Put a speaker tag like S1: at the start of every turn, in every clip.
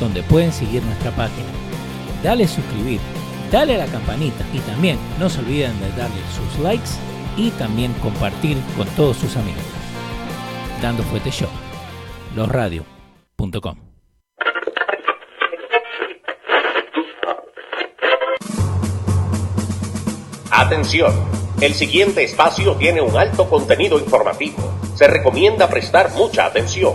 S1: donde pueden seguir nuestra página. Dale suscribir, dale a la campanita y también no se olviden de darle sus likes y también compartir con todos sus amigos. Dando Fuete Show, losradio.com.
S2: Atención, el siguiente espacio tiene un alto contenido informativo. Se recomienda prestar mucha atención.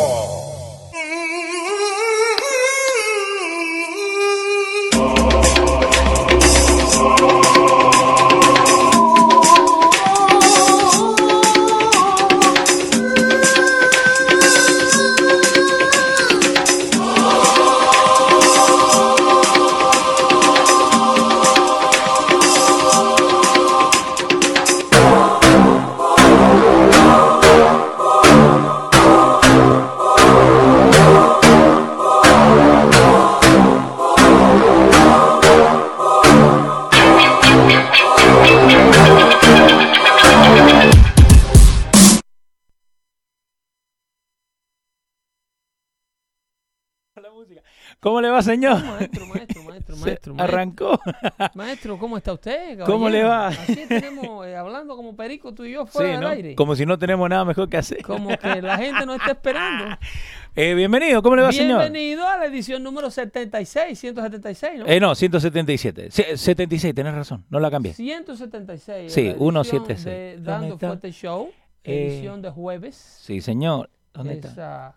S1: ¿Cómo le va, señor?
S3: Maestro, maestro, maestro,
S1: Se
S3: maestro. maestro.
S1: arrancó.
S3: Maestro, ¿cómo está usted? Caballero?
S1: ¿Cómo le va?
S3: Así tenemos, eh, hablando como perico tú y yo
S1: Sí,
S3: fuera del
S1: ¿no?
S3: aire.
S1: Como si no tenemos nada mejor que hacer.
S3: Como que la gente nos está esperando.
S1: Eh, bienvenido, ¿cómo le va, señor?
S3: Bienvenido a la edición número 76, 176, ¿no?
S1: Eh, no, 177. Se- 76, tenés razón, no la cambié.
S3: 176.
S1: Sí,
S3: la edición
S1: 176.
S3: de
S1: ¿Dónde
S3: Dando
S1: está?
S3: Fuerte Show,
S1: Eh,
S3: edición de jueves.
S1: Sí, señor. ¿Dónde está?
S3: Esa-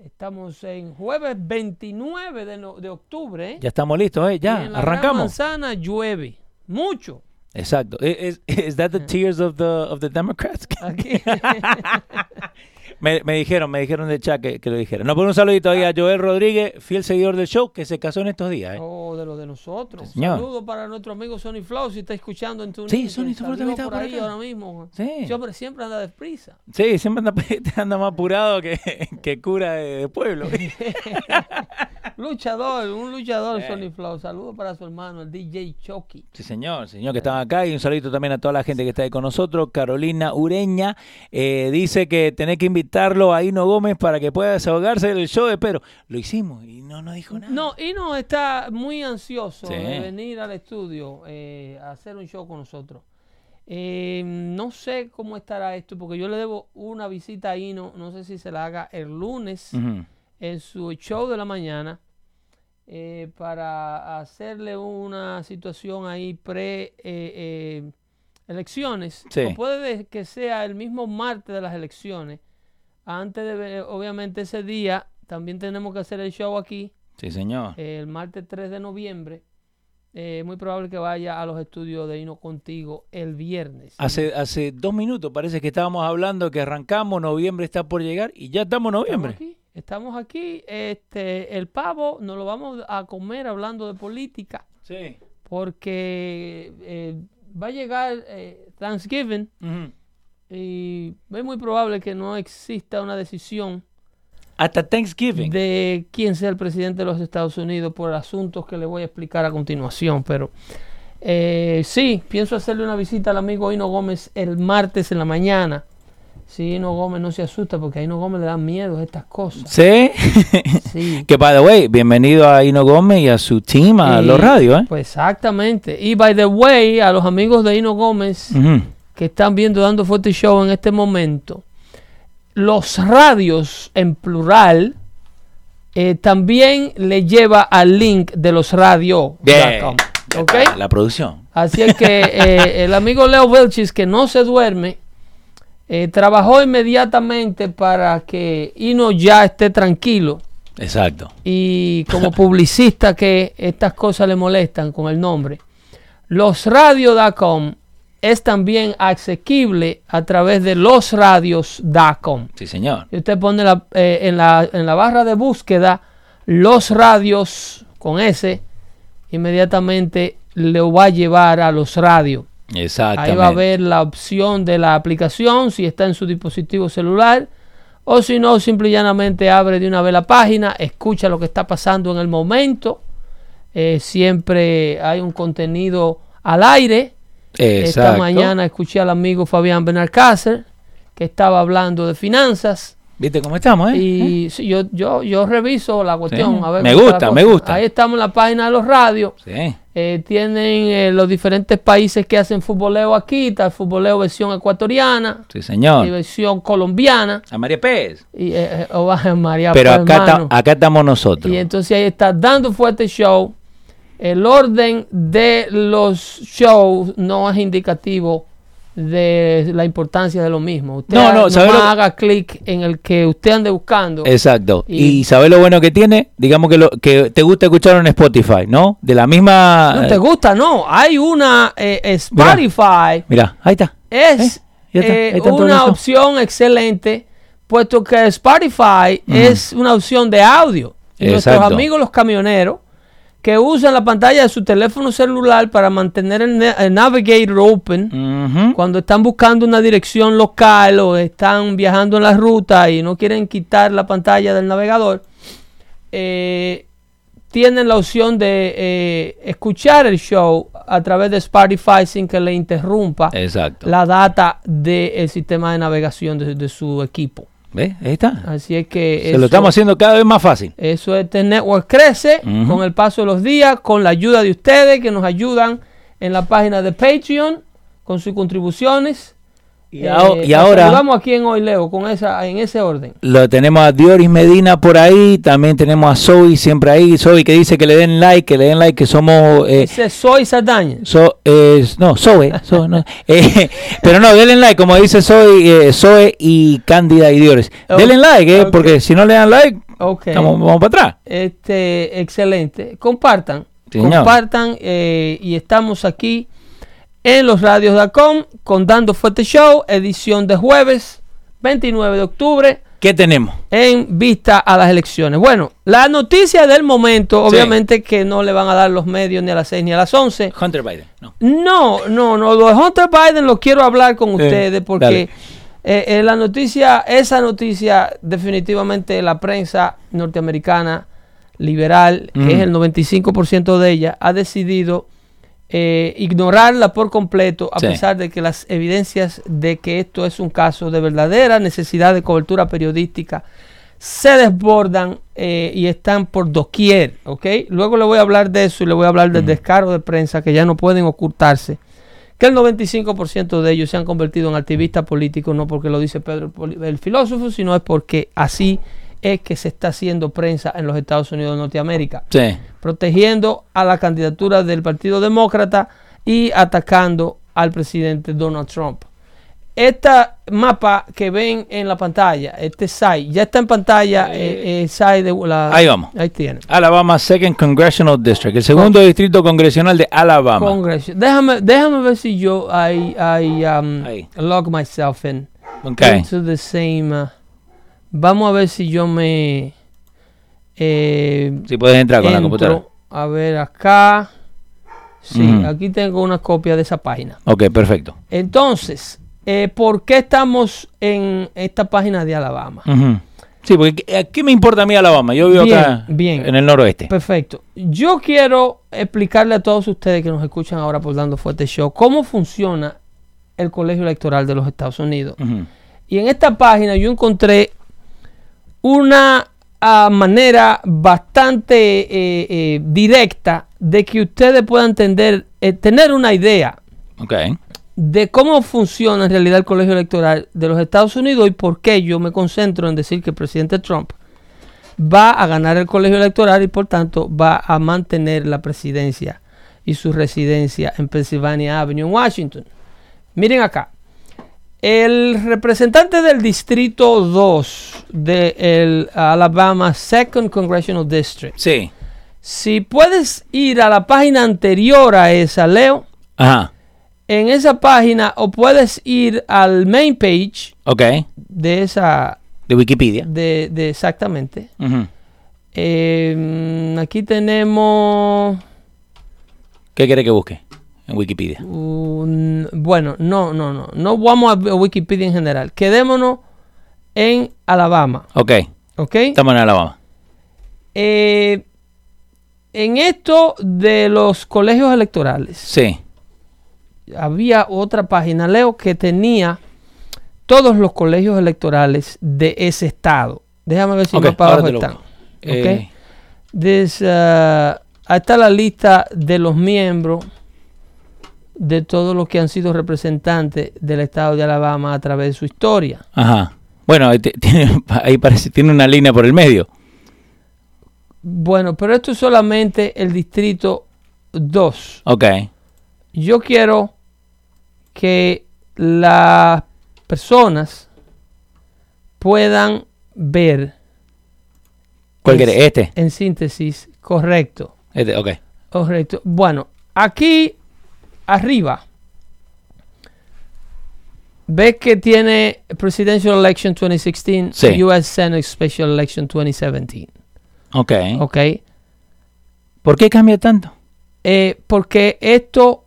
S3: Estamos en jueves 29 de, no- de octubre. ¿eh?
S1: Ya estamos listos, ¿eh?
S3: Y
S1: Ya,
S3: en la Gran
S1: arrancamos.
S3: manzana llueve. Mucho.
S1: Exacto. ¿Es is that the tears of the, of the Democrats?
S3: Aquí.
S1: me, me dijeron, me dijeron de chat que, que lo dijeron. No, por un saludito ahí a Joel Rodríguez, fiel seguidor del show, que se casó en estos días. ¿eh?
S3: Ah. Oh, de los de nosotros.
S1: Sí, señor.
S3: Saludos para nuestro amigo Sony Flow, si está escuchando en tu
S1: Sí, Sonny Flow también
S3: por,
S1: estaba por
S3: ahí
S1: acá.
S3: ahora mismo.
S1: Sí.
S3: Siempre, siempre anda deprisa.
S1: Sí, siempre anda, anda más apurado que, que cura de, de pueblo.
S3: Luchador, un luchador Sony Flow. Saludos para su hermano, el DJ Chucky.
S1: Sí, señor, señor, que están acá. Y un saludito también a toda la gente que está ahí con nosotros. Carolina Ureña eh, dice que tenés que invitarlo a Hino Gómez para que pueda desahogarse del show de Pero. Lo hicimos y no nos dijo nada.
S3: No, Ino está muy ansioso
S1: Sí.
S3: de venir al estudio eh, a hacer un show con nosotros. Eh, no sé cómo estará esto, porque yo le debo una visita a Ino, no sé si se la haga el lunes.
S1: Ujú.
S3: en su show de la mañana eh, para hacerle una situación ahí pre eh, eh, elecciones.
S1: Sí.
S3: O puede que sea el mismo martes de las elecciones. Antes de, ve- obviamente, ese día también tenemos que hacer el show aquí,
S1: Sí, señor.
S3: eh, el martes 3 de noviembre. Eh, muy probable que vaya a los estudios de Hino contigo el viernes.
S1: Hace, hace dos minutos parece que estábamos hablando que arrancamos, noviembre está por llegar y ya estamos en
S3: Estamos
S1: noviembre.
S3: aquí, estamos aquí. Este, el pavo nos lo vamos a comer hablando de política.
S1: Sí.
S3: porque eh, va a llegar eh, Thanksgiving
S1: Ujú.
S3: y es muy probable que no exista una decisión
S1: Hasta Thanksgiving.
S3: de quién sea el presidente de los Estados Unidos por asuntos que le voy a explicar a continuación, pero eh, sí, pienso hacerle una visita al amigo Hino Gómez el martes en la mañana. Si Hino Gómez no se asusta porque a Hino Gómez le dan miedo estas cosas.
S1: Sí.
S3: Sí.
S1: que by the way, bienvenido a Hino Gómez y a su team, a los
S3: Y,
S1: radios, ¿eh?
S3: Pues exactamente. Y by the way, a los amigos de Hino Gómez
S1: Ujú.
S3: que están viendo Dando Fuerte Show en este momento, los radios en plural eh, también le lleva al link de los radios.
S1: Bien. Ya está, La producción.
S3: Así es que eh, el amigo Leo Belchis, que no se duerme, eh, trabajó inmediatamente para que Ino ya esté tranquilo.
S1: Exacto.
S3: Y como publicista que estas cosas le molestan con el nombre, losradio.com es también asequible a través de losradios.com.
S1: Sí, señor.
S3: Y usted pone la- eh, en, la, en la barra de búsqueda los radios con S, inmediatamente lo va a llevar a los radios.
S1: Exactamente.
S3: Ahí va a ver la opción de la aplicación, si está en su dispositivo celular, o si no, simple y llanamente abre de una vez la página, escucha lo que está pasando en el momento. Eh, siempre hay un contenido al aire.
S1: Exacto.
S3: Esta mañana escuché al amigo Fabián Benalcácer, que estaba hablando de finanzas.
S1: ¿Viste cómo estamos, eh?
S3: Y sí, yo, yo, yo reviso la cuestión.
S1: Sí.
S3: a ver
S1: Me
S3: cómo está
S1: gusta,
S3: la
S1: me
S3: cosa.
S1: gusta.
S3: Ahí estamos en la página de los radios.
S1: Sí.
S3: Eh, tienen eh, los diferentes países que hacen futboleo aquí, está el futboleo versión ecuatoriana
S1: Sí, señor.
S3: y versión colombiana,
S1: A María Pérez.
S3: y, eh, eh, o baja María
S1: Pero
S3: pues,
S1: acá,
S3: hermano.
S1: ta- acá estamos nosotros.
S3: Y entonces ahí está dando fuerte show. El orden de los shows no es indicativo de la importancia de lo mismo. Usted
S1: No, no,
S3: nomás
S1: ¿sabe lo-
S3: haga clic en el que usted ande buscando.
S1: Exacto.
S3: Y-
S1: Y, sabes lo bueno que tiene, digamos que lo que te gusta escuchar en Spotify, ¿no? De la misma.
S3: No te gusta, no. Hay una eh, Spotify.
S1: Mira, ahí está.
S3: Es
S1: Eh, ya está,
S3: eh,
S1: ahí está en
S3: una
S1: todo
S3: opción excelente, puesto que Spotify es una opción de audio. Y nuestros
S1: Exacto.
S3: amigos los camioneros que usan la pantalla de su teléfono celular para mantener el, na- el Navigator open
S1: Ujú.
S3: cuando están buscando una dirección local o están viajando en la ruta y no quieren quitar la pantalla del navegador, eh, tienen la opción de eh, escuchar el show a través de Spotify sin que le interrumpa
S1: Exacto.
S3: la data del sistema de navegación de, de su equipo.
S1: ¿Ves? Ahí está.
S3: Así es que
S1: Se lo estamos haciendo cada vez más fácil.
S3: eso este network crece
S1: Ujú.
S3: con el paso de los días, con la ayuda de ustedes que nos ayudan en la página de Patreon con sus contribuciones.
S1: Y ao- Eh, y
S3: nos
S1: ahora-
S3: saludamos aquí en hoy Leo con esa en ese orden.
S1: Lo tenemos a Dioris Medina por ahí, también tenemos a Zoe siempre ahí, Zoe que dice que le den like, que le den like, que somos... eh,
S3: Ese soy Sardaña.
S1: So, eh, no, Zoe, Zoe, no. Eh, pero no, denle like, como dice Zoe, eh, Zoe y Cándida y Diores.
S3: Oh,
S1: denle like, eh,
S3: ok.
S1: porque si no le dan like,
S3: Ok.
S1: estamos- vamos para atrás.
S3: Este, excelente. Compartan.
S1: Señor.
S3: Compartan eh, y estamos aquí en losradios.com con Dando Fuerte Show, edición de jueves 29 de octubre.
S1: ¿Qué tenemos?
S3: en vista a las elecciones. Bueno, la noticia del momento, obviamente que no le van a dar los medios ni a las 6 ni a las 11.
S1: Hunter Biden. No. Eh,
S3: No, no, no, lo de Hunter Biden lo quiero hablar con ustedes porque
S1: dale.
S3: eh, eh, la noticia, esa noticia definitivamente la prensa norteamericana liberal, que
S1: Mm.
S3: es el 95% de ella, ha decidido eh, ignorarla por completo a
S1: Sí.
S3: pesar de que las evidencias de que esto es un caso de verdadera necesidad de cobertura periodística se desbordan eh, y están por doquier, ¿ok? Luego le voy a hablar de eso y le voy a hablar del descaro de prensa que ya no pueden ocultarse. Que el 95% de ellos se han convertido en activistas políticos, no porque lo dice Pedro el poli- el filósofo, sino es porque así es que se está haciendo prensa en los Estados Unidos de Norteamérica
S1: Sí.
S3: protegiendo a la candidatura del Partido Demócrata y atacando al presidente Donald Trump. Este mapa que ven en la pantalla, este site, ya está en pantalla eh, eh, site de la...
S1: Ahí vamos.
S3: Ahí tienen.
S1: Alabama Second Congressional District, el segundo distrito congresional de Alabama.
S3: Congreso. Déjame, déjame ver si yo I, I, um,
S1: Ahí.
S3: log myself in
S1: Ok.
S3: into the same. uh, vamos a ver si yo me eh,
S1: Si puedes entrar Ah, con la
S3: entro.
S1: computadora. Mm.
S3: A ver acá. Sí,
S1: Ujú.
S3: aquí tengo una copia de esa página.
S1: Ok, perfecto.
S3: Entonces, eh, ¿por qué estamos en esta página de Alabama?
S1: Ujú. Sí, porque eh, ¿qué, qué me importa a mí Alabama? Yo vivo acá
S3: Bien, bien.
S1: en el noroeste.
S3: Perfecto. Yo quiero explicarle a todos ustedes que nos escuchan ahora por Dando Fuerte Show cómo funciona el colegio electoral de los Estados Unidos.
S1: Ujú.
S3: Y en esta página yo encontré una ah, manera bastante eh, eh, directa de que ustedes puedan entender, eh, tener una idea
S1: Ok.
S3: de cómo funciona en realidad el colegio electoral de los Estados Unidos y por qué yo me concentro en decir que el presidente Trump va a ganar el colegio electoral y por tanto va a mantener la presidencia y su residencia en Pennsylvania Avenue en Washington. Miren acá. El representante del distrito 2 del Alabama Second Congressional District.
S1: Sí.
S3: Si puedes ir a la página anterior a esa, Leo.
S1: Ajá.
S3: En esa página o puedes ir al main page
S1: Ok.
S3: de esa
S1: De Wikipedia.
S3: de, de exactamente.
S1: Ujú.
S3: Eh, mm, aquí tenemos
S1: ¿Qué quiere que busque en Wikipedia?
S3: un- bueno, no, no, no, no vamos a Wikipedia en general. Quedémonos en Alabama,
S1: Ok.
S3: ¿ok?
S1: Estamos en Alabama.
S3: Eh, en esto de los colegios electorales,
S1: Sí.
S3: había otra página, Leo, que tenía todos los colegios electorales de ese estado. Déjame ver si
S1: Ok,
S3: más para
S1: ahora
S3: abajo
S1: te lo
S3: están.
S1: busco.
S3: ¿ok?
S1: Eh,
S3: de esa- ahí está la lista de los miembros de todos los que han sido representantes del estado de Alabama a través de su historia.
S1: Ajá. Bueno, ahí, te- tiene, ahí parece, tiene una línea por el medio.
S3: Bueno, pero esto es solamente el distrito 2.
S1: Ok.
S3: Yo quiero que las personas puedan ver
S1: ¿Cuál quiere? Este.
S3: en síntesis correcto.
S1: Este, ok.
S3: Correcto. Bueno, aquí arriba ves que tiene Presidential Election 2016,
S1: Sí.
S3: US Senate Special Election 2017.
S1: Ok.
S3: ¿Ok?
S1: ¿Por qué cambia tanto?
S3: Eh, porque esto,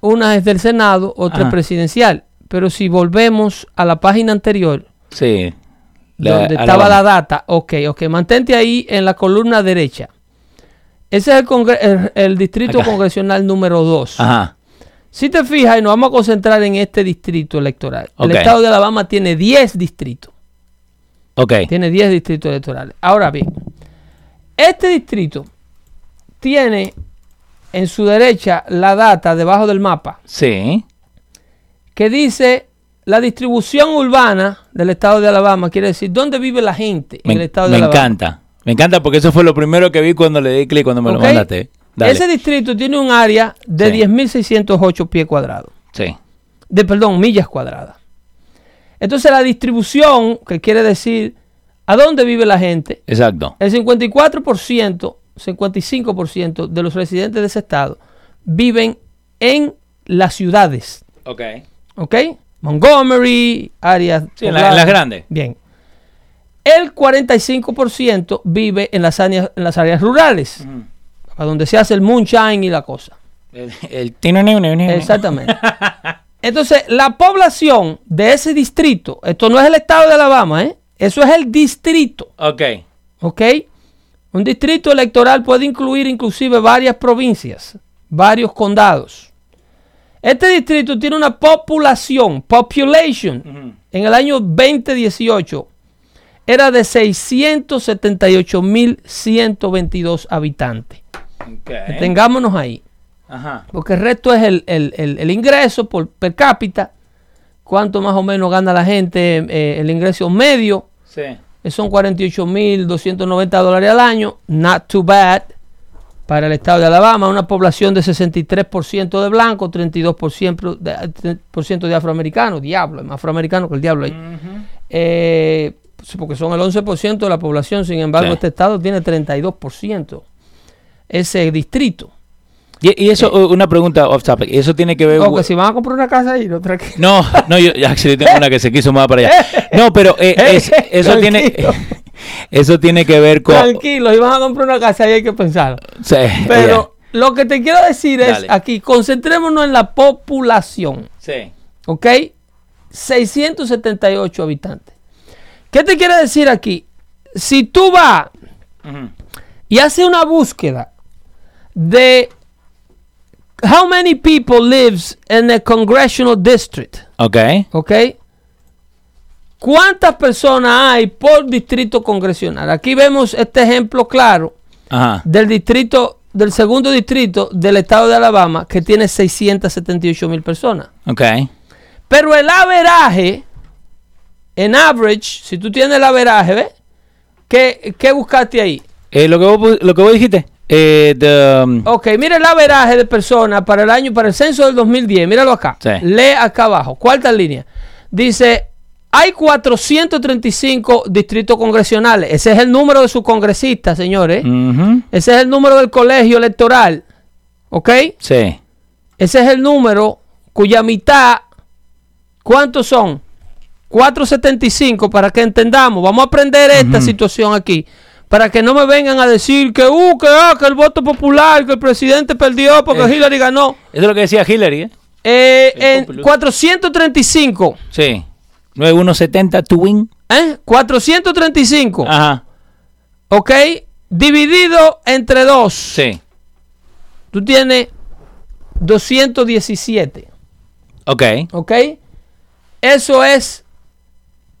S3: una es del Senado, otra
S1: Ajá.
S3: es presidencial. Pero si volvemos a la página anterior,
S1: Sí.
S3: donde
S1: Alabama.
S3: estaba la data. Ok, ok. Mantente ahí en la columna derecha. Ese es el, congre- el- el distrito
S1: Acá.
S3: congresional número 2.
S1: Ajá.
S3: Si te fijas, y nos vamos a concentrar en este distrito electoral.
S1: Ok.
S3: El estado de Alabama tiene 10 distritos.
S1: Ok.
S3: Tiene 10 distritos electorales. Ahora bien, este distrito tiene en su derecha la data debajo del mapa
S1: Sí.
S3: que dice la distribución urbana del estado de Alabama. Quiere decir, ¿dónde vive la gente
S1: Me,
S3: en el estado
S1: me
S3: de Alabama?
S1: encanta. Me encanta porque eso fue lo primero que vi cuando le di clic cuando me
S3: ¿Ok?
S1: lo mandaste. eh. Dale.
S3: Ese distrito tiene un área de
S1: Sí.
S3: 10.608 pies cuadrados.
S1: Sí.
S3: de perdón, millas cuadradas. Entonces la distribución, que quiere decir a dónde vive la gente,
S1: Exacto.
S3: el 54%, 55% de los residentes de ese estado viven en las ciudades,
S1: Ok.
S3: ¿ok? Montgomery, áreas...
S1: Sí, en, la-
S3: pobladas.
S1: en las grandes.
S3: Bien. El 45% vive en las áreas, en las áreas rurales, a donde se hace el moonshine y la cosa.
S1: El, el tino, ni, ni, ni, ni.
S3: Exactamente. Entonces, la población de ese distrito, esto no es el estado de Alabama, ¿eh? eso es el distrito,
S1: Ok.
S3: ¿ok? Un distrito electoral puede incluir inclusive varias provincias, varios condados. Este distrito tiene una población, population, en el año 2018 era de 678.122 habitantes.
S1: Ok.
S3: Tengámonos ahí.
S1: Ajá.
S3: Porque el resto es el, el- el- el ingreso por per cápita, cuánto más o menos gana la gente, eh, el ingreso medio,
S1: Sí.
S3: eh, son 48.290 dólares al año, not too bad para el estado de Alabama, una población de 63% de blancos, 32% de, eh, por ciento de afroamericanos, diablo, es más afroamericano que el diablo ahí. Eh, pues, porque son el 11% de la población, sin embargo,
S1: Sí.
S3: este estado tiene 32%, ese distrito.
S1: Y, y eso, u- una pregunta off topic. ¿Eso tiene que ver
S3: O
S1: con-
S3: que Eh. si van a comprar una casa ahí, no tranquilo.
S1: No, no, yo yo actually tengo una que se quiso mudar para allá. No, pero eh, es- eso tiene
S3: Tranquilo.
S1: eso tiene que ver con
S3: Tranquilo, si van a comprar una casa ahí hay que pensar.
S1: Sí,
S3: Pero lo que te quiero decir es
S1: Dale.
S3: aquí, concentrémonos en la población,
S1: yeah.
S3: ¿ok? 678 habitantes. ¿Qué te quiero decir aquí? Si tú vas
S1: Ujú.
S3: y haces una búsqueda de how many people lives in a congressional district,
S1: Ok.
S3: ¿Ok? ¿Cuántas personas hay por distrito congresional? Aquí vemos este ejemplo claro
S1: Ajá.
S3: del distrito del segundo distrito del estado de Alabama que tiene 678 mil personas.
S1: Ok.
S3: Pero el averaje, en average, si tú tienes el averaje, ¿ves? ¿Qué, qué buscaste ahí?
S1: Eh, lo, que vos, pu- lo que vos dijiste. Eh, the, um,
S3: Ok, mira el averaje de personas para el año, para el censo del 2010. Míralo acá.
S1: Sí.
S3: Lee acá abajo. Cuarta línea. Dice, hay 435 distritos congresionales. Ese es el número de sus congresistas, señores.
S1: Mm. ujú,
S3: Ese es el número del colegio electoral. ¿Ok?
S1: Sí.
S3: Ese es el número cuya mitad, ¿cuántos son? 475, para que entendamos. Vamos a aprender esta situación aquí. Para que no me vengan a decir que, uh, que, ah, que el voto popular, que el presidente perdió porque
S1: Eh.
S3: Hillary ganó.
S1: Eso es lo que decía Hillary, ¿eh?
S3: Eh,
S1: El
S3: en
S1: popular.
S3: 435,
S1: Sí. 9170 to win.
S3: ¿eh? 435,
S1: Ajá.
S3: ¿ok? Dividido entre dos.
S1: Sí.
S3: Tú tienes 217.
S1: Ok.
S3: ¿Ok? Eso es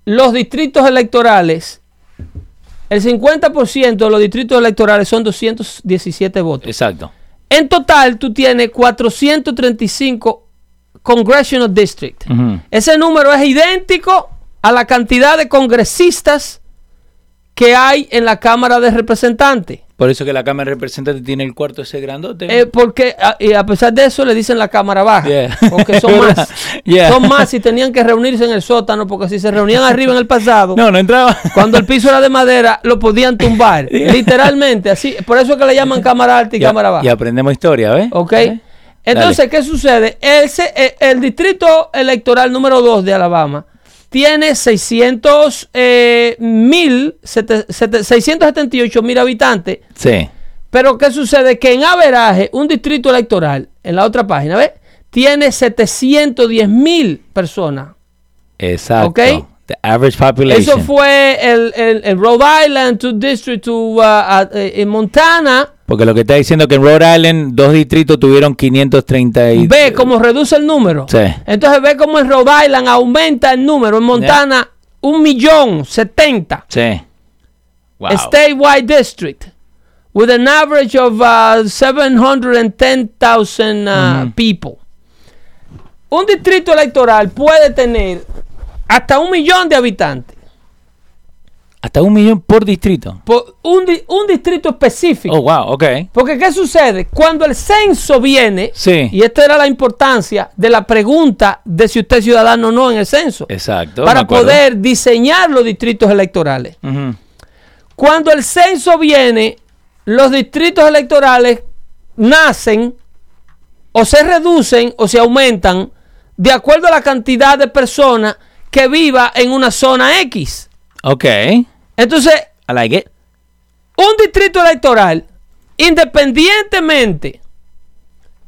S3: los distritos electorales. El 50% de los distritos electorales son 217 votos.
S1: Exacto.
S3: En total, tú tienes 435 Congressional District.
S1: Ujú.
S3: Ese número es idéntico a la cantidad de congresistas que hay en la Cámara de Representantes.
S1: Por eso que la Cámara de Representantes tiene el cuarto ese grandote.
S3: Eh, porque a, y a pesar de eso le dicen la cámara baja.
S1: Yeah.
S3: Porque son
S1: Es verdad.
S3: más.
S1: Yeah.
S3: Son más y tenían que reunirse en el sótano porque si se reunían arriba en el pasado,
S1: no, no entraba.
S3: cuando el piso era de madera, lo podían tumbar.
S1: Yeah.
S3: Literalmente, así. Por eso es que le llaman cámara alta y
S1: Y a-
S3: cámara baja.
S1: Y aprendemos historia, ¿ves?
S3: ¿Ok?
S1: ¿Eh?
S3: Entonces, ¿qué sucede? El, se- eh, el distrito electoral número 2 de Alabama tiene 600, eh, mil, sete- sete- 678 mil habitantes.
S1: Sí.
S3: Pero ¿qué sucede? Que en averaje, un distrito electoral, en la otra página, ¿ves? Tiene 710 mil personas.
S1: Exacto.
S3: Ok.
S1: The average population.
S3: Eso fue el, el- el Rhode Island, to District, to, uh, uh, eh, en Montana.
S1: Porque lo que está diciendo que en Rhode Island dos distritos tuvieron 530 y...
S3: Ve cómo reduce el número.
S1: Sí.
S3: Entonces ve cómo en Rhode Island aumenta el número. En Montana, un millón setenta.
S1: Sí. Wow.
S3: Statewide district. With an average of uh, 710,000 uh, people. Un distrito electoral puede tener hasta un millón de habitantes.
S1: Hasta un millón por distrito.
S3: Por un, di- un distrito específico.
S1: Oh, wow, ok.
S3: Porque ¿qué sucede? Cuando el censo viene,
S1: Sí.
S3: y esta era la importancia de la pregunta de si usted es ciudadano o no en el censo,
S1: Exacto. me
S3: para
S1: acuerdo.
S3: poder diseñar los distritos electorales.
S1: Ujú.
S3: Cuando el censo viene, los distritos electorales nacen o se reducen o se aumentan de acuerdo a la cantidad de personas que viva en una zona X.
S1: Ok.
S3: Entonces,
S1: I like it.
S3: un distrito electoral, independientemente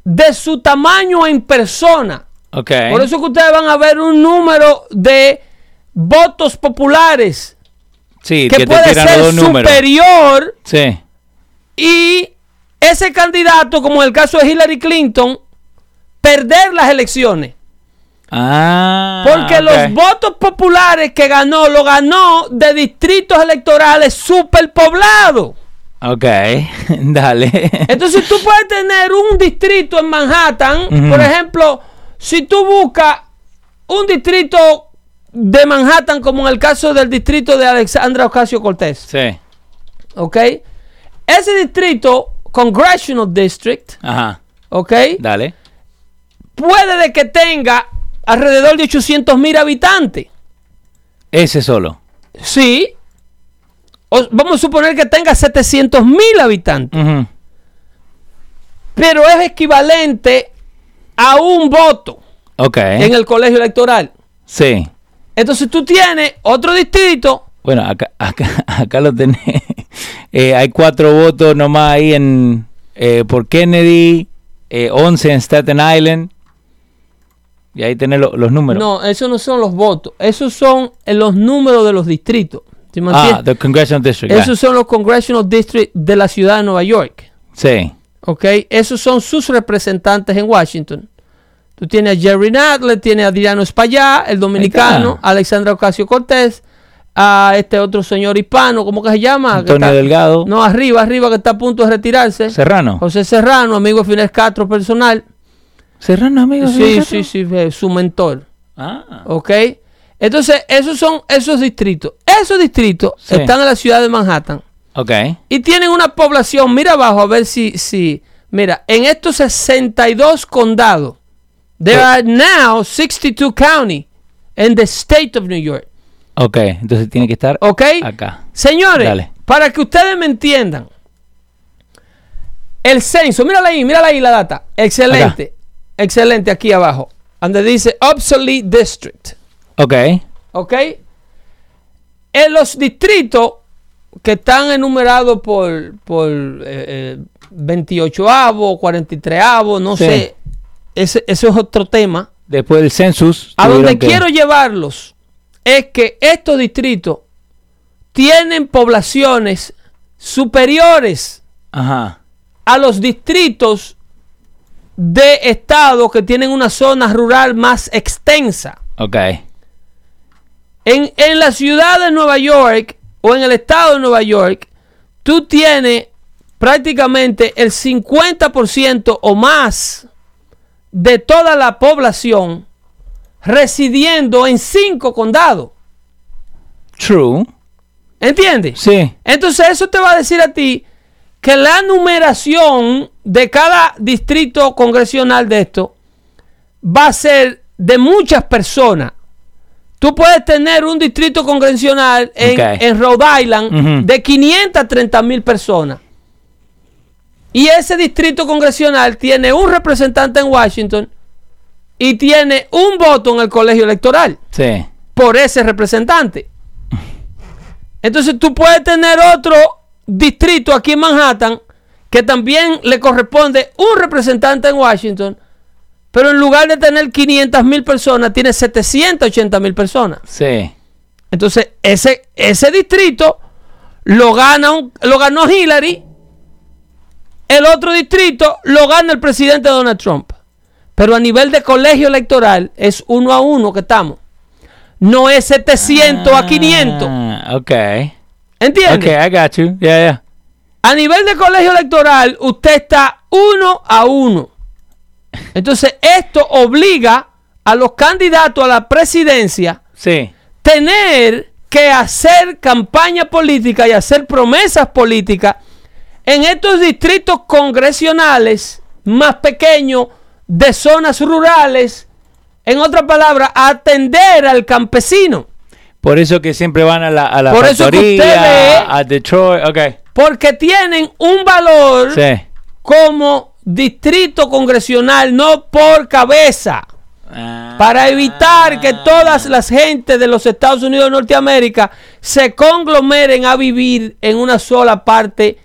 S3: de su tamaño en persona,
S1: Ok.
S3: por eso que ustedes van a ver un número de votos populares
S1: sí,
S3: que,
S1: te
S3: puede
S1: tiran
S3: ser
S1: los dos números.
S3: superior
S1: Sí.
S3: y ese candidato, como en el caso de Hillary Clinton, perder las elecciones.
S1: Ah.
S3: Porque los
S1: ok.
S3: votos populares que ganó, lo ganó de distritos electorales superpoblados.
S1: Ok. Dale.
S3: Entonces tú puedes tener un distrito en Manhattan, por ejemplo, si tú buscas un distrito de Manhattan, como en el caso del distrito de Alexandra Ocasio Cortés,
S1: sí.
S3: ¿ok? Ese distrito, Congressional District,
S1: Ajá.
S3: ¿ok?
S1: Dale.
S3: Puede de que tenga alrededor de 800 mil habitantes.
S1: Ese solo.
S3: Sí. O- vamos a suponer que tenga 700 mil habitantes.
S1: Ujú.
S3: Pero es equivalente a un voto
S1: Ok.
S3: en el colegio electoral.
S1: Sí.
S3: Entonces tú tienes otro distrito.
S1: Bueno, acá, acá, acá lo tenés. Eh, hay cuatro votos nomás ahí en eh, por Kennedy, eh, 11 en Staten Island. Y ahí tenés lo- los números.
S3: no, esos no son los votos. Esos son eh, los números de los distritos. ¿Sí me
S1: ah,
S3: entiendes?
S1: the Congressional District. ya.
S3: Esos son los Congressional District de la ciudad de Nueva York.
S1: Sí.
S3: ¿Ok? Esos son sus representantes en Washington. Tú tienes a Jerry Nadler, tienes a Adriano Espaillá, el dominicano,
S1: está.
S3: Alexandra Ocasio Cortés, a este otro señor hispano, ¿cómo que se llama? Que
S1: Antonio
S3: está-
S1: Delgado.
S3: No, arriba, arriba, que está a punto de retirarse.
S1: Serrano.
S3: José Serrano, amigo de Fidel Castro personal.
S1: Serrano, amigo.
S3: Sí, sí, sí, eh, su mentor.
S1: Ah,
S3: ¿Ok? Entonces, esos son esos distritos. Esos distritos
S1: Sí.
S3: están en la ciudad de Manhattan.
S1: ok.
S3: Y tienen una población, mira abajo, a ver si, si mira, en estos 62 condados, there
S1: Sí.
S3: are now 62 county in the state of New York.
S1: Ok, entonces tiene que estar
S3: ¿Ok?
S1: acá.
S3: Señores,
S1: Dale.
S3: para que ustedes me entiendan, el censo, mírala ahí, mírala ahí la data. Excelente, excelente aquí abajo, donde dice obsolete district.
S1: Ok,
S3: ¿Ok? En los distritos que están enumerados por, por eh, eh, 28avo, 43avo, no
S1: Sí.
S3: sé. Ese, ese es otro tema.
S1: después del census.
S3: A
S1: tuvieron
S3: donde
S1: que-
S3: quiero llevarlos es que estos distritos tienen poblaciones superiores
S1: Ajá.
S3: a los distritos de estados que tienen una zona rural más extensa.
S1: Ok,
S3: En, en la ciudad de Nueva York o en el estado de Nueva York, tú tienes prácticamente el 50% o más de toda la población residiendo en cinco condados.
S1: true.
S3: ¿Entiendes?
S1: Sí,
S3: Entonces eso te va a decir a ti que la numeración de cada distrito congresional de esto va a ser de muchas personas. Tú puedes tener un distrito congresional en,
S1: Ok.
S3: en Rhode Island
S1: Ujú.
S3: de 530 mil personas. Y ese distrito congresional tiene un representante en Washington y tiene un voto en el colegio electoral
S1: sí.
S3: por ese representante. Entonces tú puedes tener otro distrito aquí en Manhattan que también le corresponde un representante en Washington, pero en lugar de tener 500 mil personas, tiene 780 mil personas.
S1: Sí.
S3: Entonces ese, ese distrito lo, gana un- lo ganó Hillary, el otro distrito lo gana el presidente Donald Trump. Pero a nivel de colegio electoral es uno a uno que estamos. No es 700 a 500.
S1: Ah, ok. Ok,
S3: ¿Entiendes?
S1: I got you. Yeah, yeah.
S3: A nivel de colegio electoral, usted está uno a uno. Entonces, esto obliga a los candidatos a la presidencia
S1: Sí.
S3: tener que hacer campaña política y hacer promesas políticas en estos distritos congresionales más pequeños de zonas rurales, en otras palabras, atender al campesino.
S1: Por eso que siempre van a la, a la
S3: Por eso que
S1: factoría,
S3: ustedes-
S1: a Detroit. Ok.
S3: Porque tienen un valor
S1: Sí.
S3: como distrito congresional, no por cabeza.
S1: Ah,
S3: para evitar que todas las gentes de los Estados Unidos de Norteamérica se conglomeren a vivir en una sola parte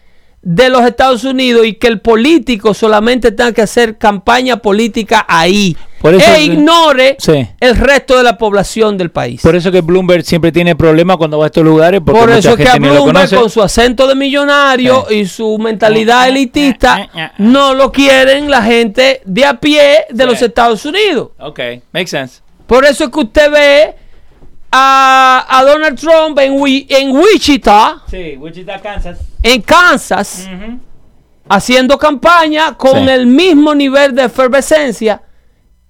S3: de los Estados Unidos y que el político solamente tenga que hacer campaña política ahí
S1: Por eso-
S3: e ignore
S1: Sí.
S3: el resto de la población del país.
S1: Por eso que Bloomberg siempre tiene problemas cuando va a estos lugares porque
S3: Por
S1: mucha
S3: eso es que
S1: gente
S3: a
S1: ni lo
S3: Bloomberg
S1: conoce.
S3: con su acento de millonario y su mentalidad
S1: Eh, eh,
S3: elitista
S1: eh, eh, eh.
S3: no lo quieren la gente de a pie de
S1: Sí.
S3: los Estados Unidos.
S1: Ok, makes sense.
S3: Por eso es que usted ve a, a Donald Trump en, Wi- en Wichita,
S1: Sí, Wichita, Kansas.
S3: en Kansas, haciendo campaña con
S1: Sí.
S3: el mismo nivel de efervescencia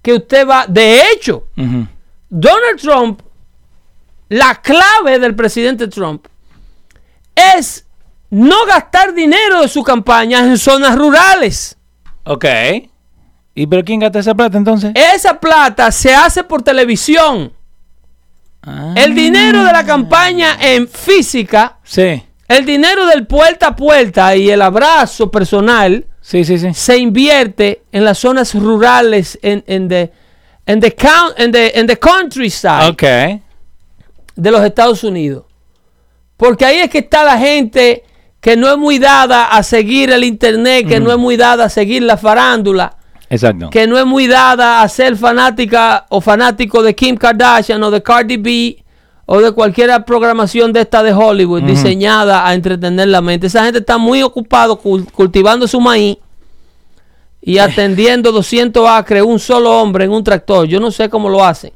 S3: que usted va. De hecho, Donald Trump, la clave del presidente Trump es no gastar dinero de su campaña en zonas rurales.
S1: Ok. ¿Y pero quién gasta esa plata entonces?
S3: Esa plata se hace por televisión.
S1: Ah,
S3: El dinero de la campaña en física,
S1: Sí,
S3: el dinero del puerta a puerta y el abrazo personal
S1: sí, sí, sí.
S3: se invierte en las zonas rurales, en, en, the, en, the, coun- en the- en the countryside
S1: Ok.
S3: de los Estados Unidos. Porque ahí es que está la gente que no es muy dada a seguir el internet,
S1: Mm.
S3: que no es muy dada a seguir la farándula,
S1: Exacto.
S3: que no es muy dada a ser fanática o fanático de Kim Kardashian o de Cardi B o de cualquier programación de esta de Hollywood diseñada a entretener la mente. Esa gente está muy ocupado cul- cultivando su maíz
S1: Eh.
S3: y atendiendo 200 acres un solo hombre en un tractor. Yo no sé cómo lo hacen,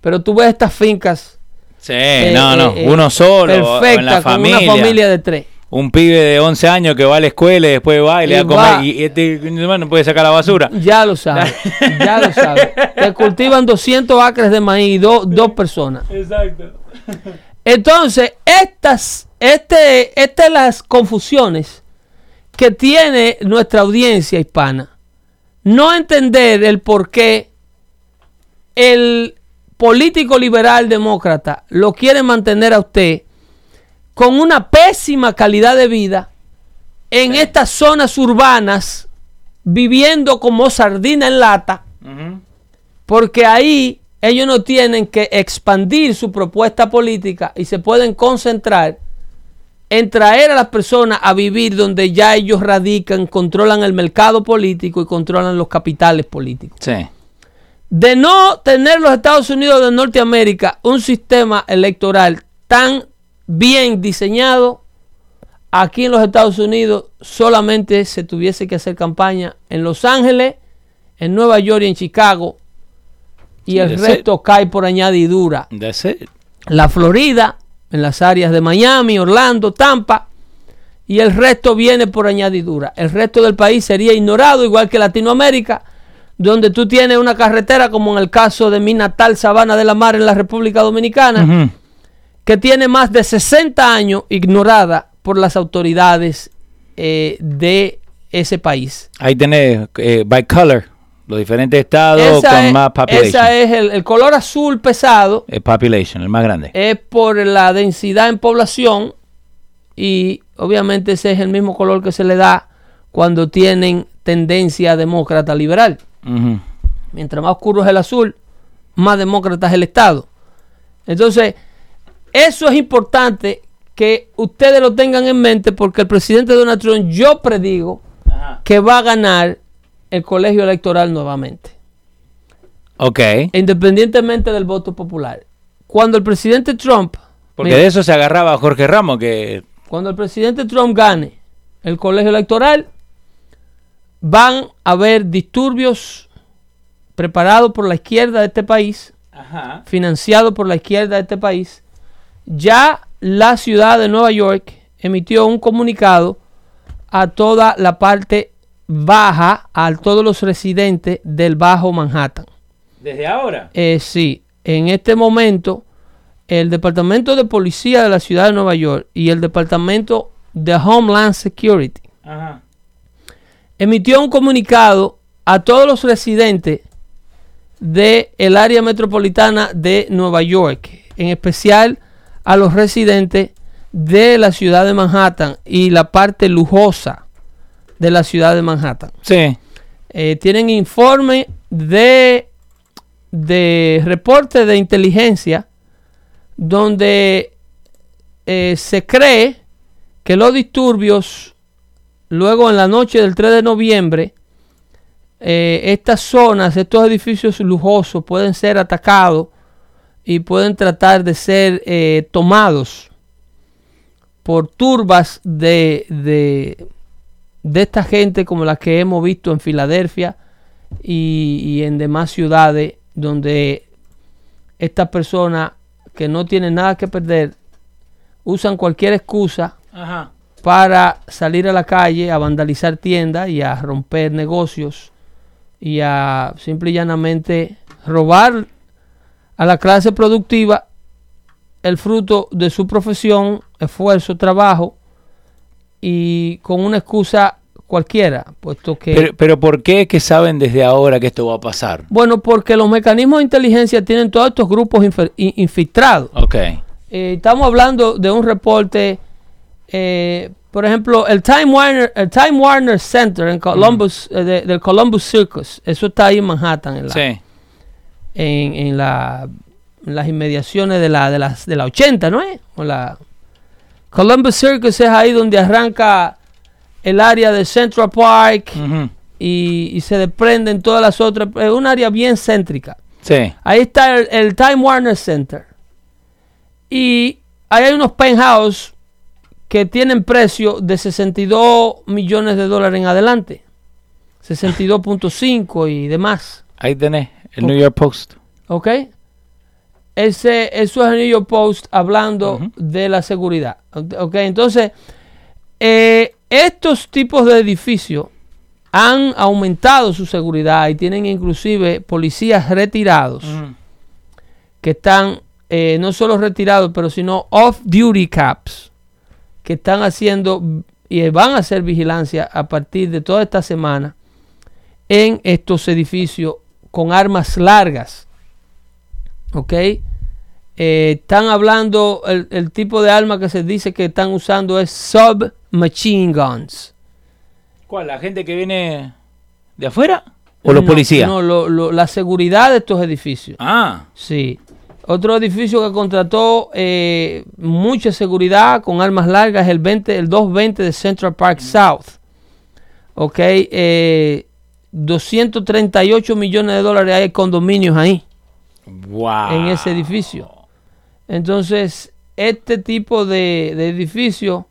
S3: pero tú ves estas fincas
S1: Sí, Eh, no, no. Uno solo, o
S3: Eh, Perfecta,
S1: en la
S3: con
S1: familia.
S3: una familia de tres.
S1: Un pibe de 11 años que va a la escuela y después va y le
S3: Y
S1: da a comer.
S3: va.
S1: Y este hermano puede sacar la basura.
S3: Ya lo sabes, ya lo sabes. Te cultivan 200 acres de maíz, do- dos personas.
S4: Exacto.
S3: Entonces, estas, este, estas las confusiones que tiene nuestra audiencia hispana. No entender el por qué el político liberal demócrata lo quiere mantener a usted con una pésima calidad de vida en estas zonas urbanas, viviendo como sardina en lata. Porque ahí ellos no tienen que expandir su propuesta política y se pueden concentrar en traer a las personas a vivir donde ya ellos radican, controlan el mercado político y controlan los capitales políticos.
S1: Sí.
S3: De no tener los Estados Unidos de Norteamérica un sistema electoral tan bien diseñado, aquí en los Estados Unidos solamente se tuviese que hacer campaña en Los Ángeles, en Nueva York y en Chicago, y
S1: Sí,
S3: el
S1: de ser-
S3: resto cae por añadidura.
S1: That's it.
S3: La Florida, en las áreas de Miami, Orlando, Tampa, y el resto viene por añadidura. El resto del país sería ignorado, igual que Latinoamérica, donde tú tienes una carretera, como en el caso de mi natal Sabana de la Mar en la República Dominicana,
S1: Ujú.
S3: que tiene más de 60 años ignorada por las autoridades eh, de ese país.
S1: Ahí tenés eh, by color, los diferentes estados con
S3: es,
S1: más population.
S3: esa es el, el color azul pesado,
S1: Eh, population, el más grande.
S3: es por la densidad en población y obviamente ese es el mismo color que se le da cuando tienen tendencia demócrata liberal.
S1: Ujú.
S3: Mientras más oscuro es el azul, más demócrata es el Estado. Entonces, eso es importante que ustedes lo tengan en mente porque el presidente Donald Trump, yo predigo que va a ganar el colegio electoral nuevamente
S1: Ok.
S3: independientemente del voto popular. Cuando el presidente Trump,
S1: Porque
S3: mira,
S1: de eso se agarraba Jorge Ramos, que
S3: cuando el presidente Trump gane el colegio electoral, van a haber disturbios preparados por la izquierda de este país, financiados por la izquierda de este país. Ya la ciudad de Nueva York emitió un comunicado a toda la parte baja, a todos los residentes del Bajo Manhattan.
S1: Desde ahora.
S3: Eh, sí, en este momento el Departamento de Policía de la Ciudad de Nueva York y el Departamento de Homeland Security
S1: Ajá.
S3: emitió un comunicado a todos los residentes del el área metropolitana de Nueva York, en especial a los residentes de la ciudad de Manhattan y la parte lujosa de la ciudad de Manhattan.
S1: Sí.
S3: Eh, tienen informe de, de reporte de inteligencia donde eh, se cree que los disturbios luego en la noche del 3 de noviembre eh, estas zonas, estos edificios lujosos pueden ser atacados y pueden tratar de ser eh, tomados por turbas de, de, de esta gente como la que hemos visto en Filadelfia y, y en demás ciudades donde estas personas que no tienen nada que perder usan cualquier excusa
S1: Ajá.
S3: para salir a la calle a vandalizar tiendas y a romper negocios y a simple y llanamente robar a la clase productiva el fruto de su profesión, esfuerzo, trabajo y con una excusa cualquiera, puesto que...
S1: Pero, pero ¿por qué es que saben desde ahora que esto va a pasar?
S3: bueno, porque los mecanismos de inteligencia tienen todos estos grupos infer- in- infiltrados.
S1: Ok.
S3: Eh, estamos hablando de un reporte, eh, por ejemplo, el Time Warner, el Time Warner Center en Columbus, eh, de- del Columbus Circus, eso está ahí en Manhattan, en, la-
S1: Sí.
S3: en, en la- en las inmediaciones de la, de, las, de la 80, ¿no es? O la, Columbus Circus es ahí donde arranca el área de Central Park
S1: Ujú.
S3: y, y se desprenden todas las otras, es un área bien céntrica.
S1: Sí.
S3: Ahí está el, el Time Warner Center. Y ahí hay unos penthouse que tienen precio de 62 millones de dólares en adelante. 62.5 y demás.
S1: Ahí tenés el New York Post.
S3: ¿Ok? Ese, eso es el New York Post hablando de la seguridad. Ok, entonces, eh, estos tipos de edificios han aumentado su seguridad y tienen inclusive policías retirados que están eh, no solo retirados, pero sino off-duty caps que están haciendo y van a hacer vigilancia a partir de toda esta semana en estos edificios con armas largas. ¿Ok? Eh, están hablando, el, el tipo de arma que se dice que están usando es submachine guns.
S1: ¿Cuál? ¿La gente que viene de afuera? ¿O los
S3: No,
S1: policías?
S3: No, lo- lo- la seguridad de estos edificios.
S1: Ah,
S3: Sí. Otro edificio que contrató eh, mucha seguridad con armas largas es el, 20, el 220 de Central Park
S1: Mm.
S3: South. Ok. eh, 238 millones de dólares hay en condominios ahí,
S1: wow.
S3: en ese edificio. Entonces, este tipo de, de edificio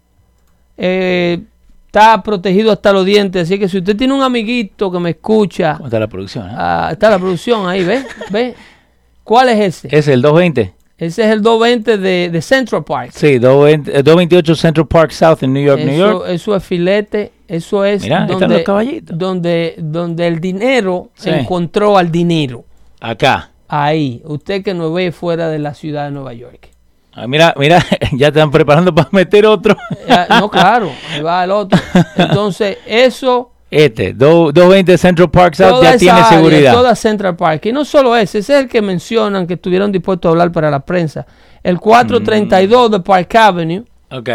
S3: eh, está protegido hasta los dientes. Así que si usted tiene un amiguito que me escucha,
S1: ¿Cómo está la producción? eh?
S3: Ah, está la producción ahí, ¿ves? ¿Ves? ¿Cuál es ese?
S1: ¿Es el 220?
S3: Ese es el 220 de, de Central Park.
S1: Sí, 220, eh, 228 Central Park South en New York, New
S3: Eso,
S1: York.
S3: eso es filete, eso es
S1: Mirá, están los caballitos.
S3: donde, donde el dinero
S1: Sí.
S3: se encontró al dinero.
S1: Acá.
S3: Ahí, usted que no ve fuera de la ciudad de Nueva York.
S1: Ah, mira, mira, ya están preparando para meter otro.
S3: Eh, no, claro, ahí va el otro. Entonces, eso...
S1: Este, do- 220 Central Park South
S3: toda
S1: ya
S3: esa
S1: tiene
S3: área,
S1: seguridad.
S3: Toda Central Park. Y no solo ese, ese es el que mencionan que estuvieron dispuestos a hablar para la prensa. El
S1: Mm.
S3: 432 de Park Avenue.
S1: Ok.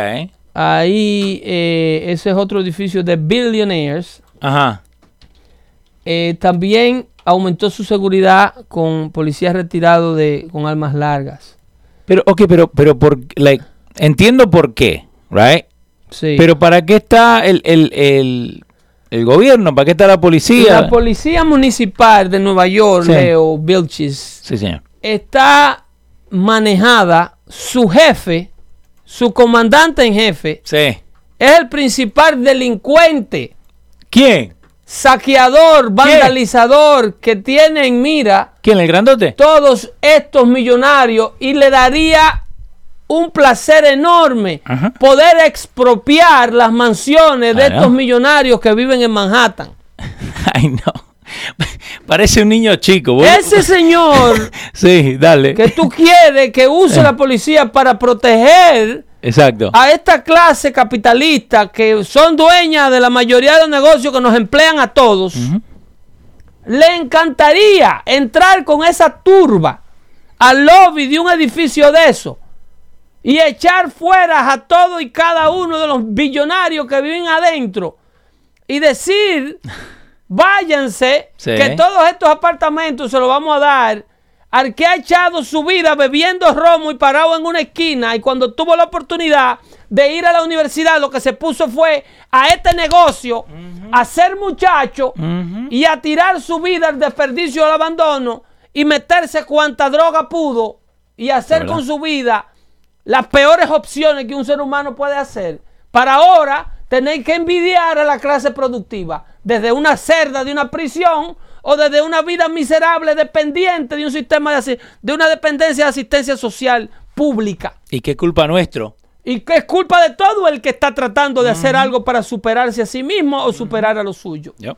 S3: Ahí, eh, ese es otro edificio de Billionaires.
S1: Ajá.
S3: Eh, también aumentó su seguridad con policías retirados de, con armas largas.
S1: Pero, ok, pero, pero, por, like, entiendo por qué, right?
S3: Sí.
S1: Pero ¿para qué está el, el, el, el gobierno? ¿Para qué está la policía?
S3: la policía municipal de Nueva York,
S1: Sí.
S3: Leo Vilchis,
S1: sí, señor.
S3: está manejada, su jefe, su comandante en jefe,
S1: Sí.
S3: es el principal delincuente,
S1: ¿Quién?
S3: saqueador, vandalizador que tiene en mira
S1: ¿Quién? ¿El grandote?
S3: todos estos millonarios y le daría un placer enorme
S1: Ajá.
S3: poder expropiar las mansiones de
S1: Ah,
S3: estos
S1: ¿no?
S3: millonarios que viven en Manhattan.
S1: Ay, no. Parece un niño chico. vos-
S3: Ese señor
S1: Sí, dale.
S3: que tú quieres que use la policía para proteger
S1: Exacto.
S3: a esta clase capitalista que son dueñas de la mayoría de los negocios que nos emplean a todos, le encantaría entrar con esa turba al lobby de un edificio de eso y echar fuera a todo y cada uno de los billonarios que viven adentro y decir, váyanse,
S1: Sí.
S3: que todos estos apartamentos se los vamos a dar al que ha echado su vida bebiendo romo y parado en una esquina y cuando tuvo la oportunidad de ir a la universidad lo que se puso fue a este negocio, a ser muchacho y a tirar su vida al desperdicio al abandono y meterse cuanta droga pudo y hacer con su vida las peores opciones que un ser humano puede hacer. Para ahora tenéis que envidiar a la clase productiva desde una cerda de una prisión o desde una vida miserable dependiente de un sistema de, asi- de una dependencia de asistencia social pública.
S1: ¿Y qué culpa nuestro?
S3: Y que es culpa de todo el que está tratando de hacer algo para superarse a sí mismo o superar a los suyos.
S1: Yo.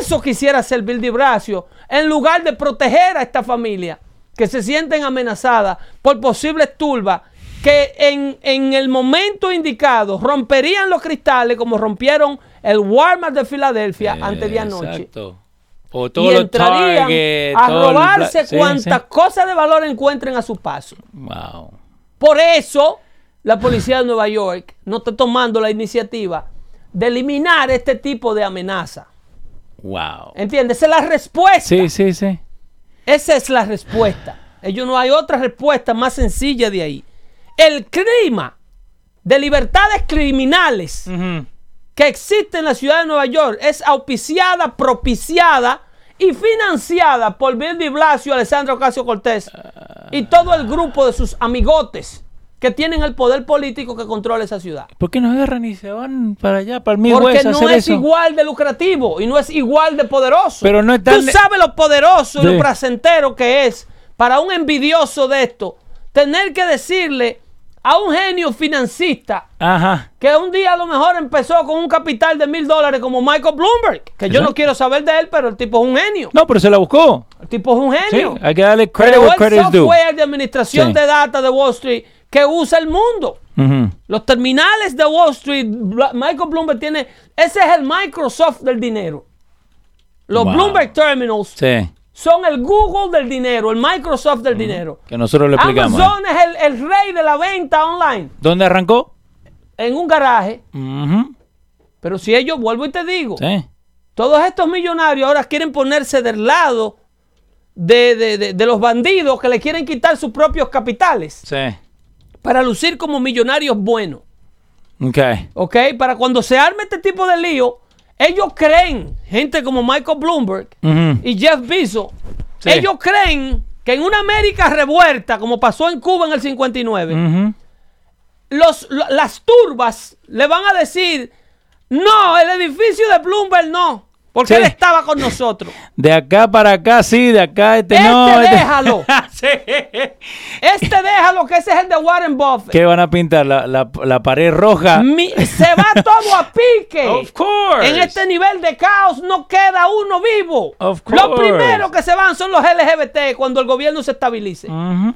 S3: Eso quisiera hacer Bill de Blasio en lugar de proteger a esta familia que se sienten amenazadas por posibles turbas que en, en el momento indicado romperían los cristales como rompieron el Walmart de Filadelfia antes de anoche.
S1: Eh, Exacto. O
S3: Y
S1: todos los
S3: entrarían
S1: Target,
S3: a
S1: todo el Bla-
S3: robarse
S1: Sí,
S3: cuantas
S1: sí.
S3: cosas de valor encuentren a su paso.
S1: Wow.
S3: Por eso, la policía de Nueva York no está tomando la iniciativa de eliminar este tipo de amenaza.
S1: Wow.
S3: ¿Entiendes? Esa es la respuesta.
S1: Sí, sí, sí.
S3: Esa es la respuesta. Ellos no hay otra respuesta más sencilla de ahí. El clima de libertades criminales
S1: Ujú.
S3: que existe en la ciudad de Nueva York es auspiciada, propiciada y financiada por Bill de Blasio, Alessandro Ocasio Cortés y todo el grupo de sus amigotes que tienen el poder político que controla esa ciudad.
S1: ¿Por qué no agarran y se van para allá, para el Midwest
S3: Porque
S1: a
S3: no
S1: hacer
S3: es
S1: eso?
S3: igual de lucrativo y no es igual de poderoso.
S1: Pero no es tan
S3: Tú
S1: ne-
S3: sabes lo poderoso y
S1: Sí.
S3: lo placentero que es para un envidioso de esto, tener que decirle a un genio financista
S1: Ajá.
S3: que un día a lo mejor empezó con un capital de mil dólares como Michael Bloomberg, que yo
S1: Exacto.
S3: no quiero saber de él, pero el tipo es un genio.
S1: No, pero se la buscó.
S3: El tipo es un
S1: Sí,
S3: genio.
S1: hay que darle credit
S3: Creó
S1: where
S3: el
S1: credit is due.
S3: software de administración
S1: Sí.
S3: de data de Wall Street que usa el mundo.
S1: Ujú.
S3: Los terminales de Wall Street, Bla- Michael Bloomberg tiene, ese es el Microsoft del dinero. Los
S1: Wow.
S3: Bloomberg Terminals
S1: Sí,
S3: son el Google del dinero, el Microsoft del dinero.
S1: que nosotros le explicamos. ¿eh?
S3: Amazon es el, el rey de la venta online,
S1: ¿Dónde arrancó?
S3: en un garaje.
S1: Ujú.
S3: Pero si ellos, vuelvo y te digo,
S1: Sí.
S3: todos estos millonarios ahora quieren ponerse del lado de, de- de- de los bandidos que le quieren quitar sus propios capitales
S1: Sí.
S3: para lucir como millonarios buenos.
S1: Ok.
S3: ¿ok? Para cuando se arme este tipo de lío, ellos creen, gente como Michael Bloomberg
S1: Ujú.
S3: y Jeff Bezos,
S1: Sí.
S3: ellos creen que en una América revuelta, como pasó en Cuba en el 59,
S1: Ujú.
S3: los, lo- las turbas le van a decir, no, el edificio de Bloomberg no, porque
S1: Sí.
S3: él estaba con nosotros.
S1: De acá para acá, sí, de acá este,
S3: Este
S1: no. este-
S3: déjalo. Este déjalo, que ese es el de Warren Buffett.
S1: ¿Qué van a pintar? ¿La, la, la pared roja?
S3: Mi- se va todo a pique.
S1: Ah. Of course.
S3: En este nivel de caos no queda uno vivo.
S1: Of
S3: Lo
S1: course.
S3: primero que se van son los LGBT cuando el gobierno se estabilice.
S1: Ujú.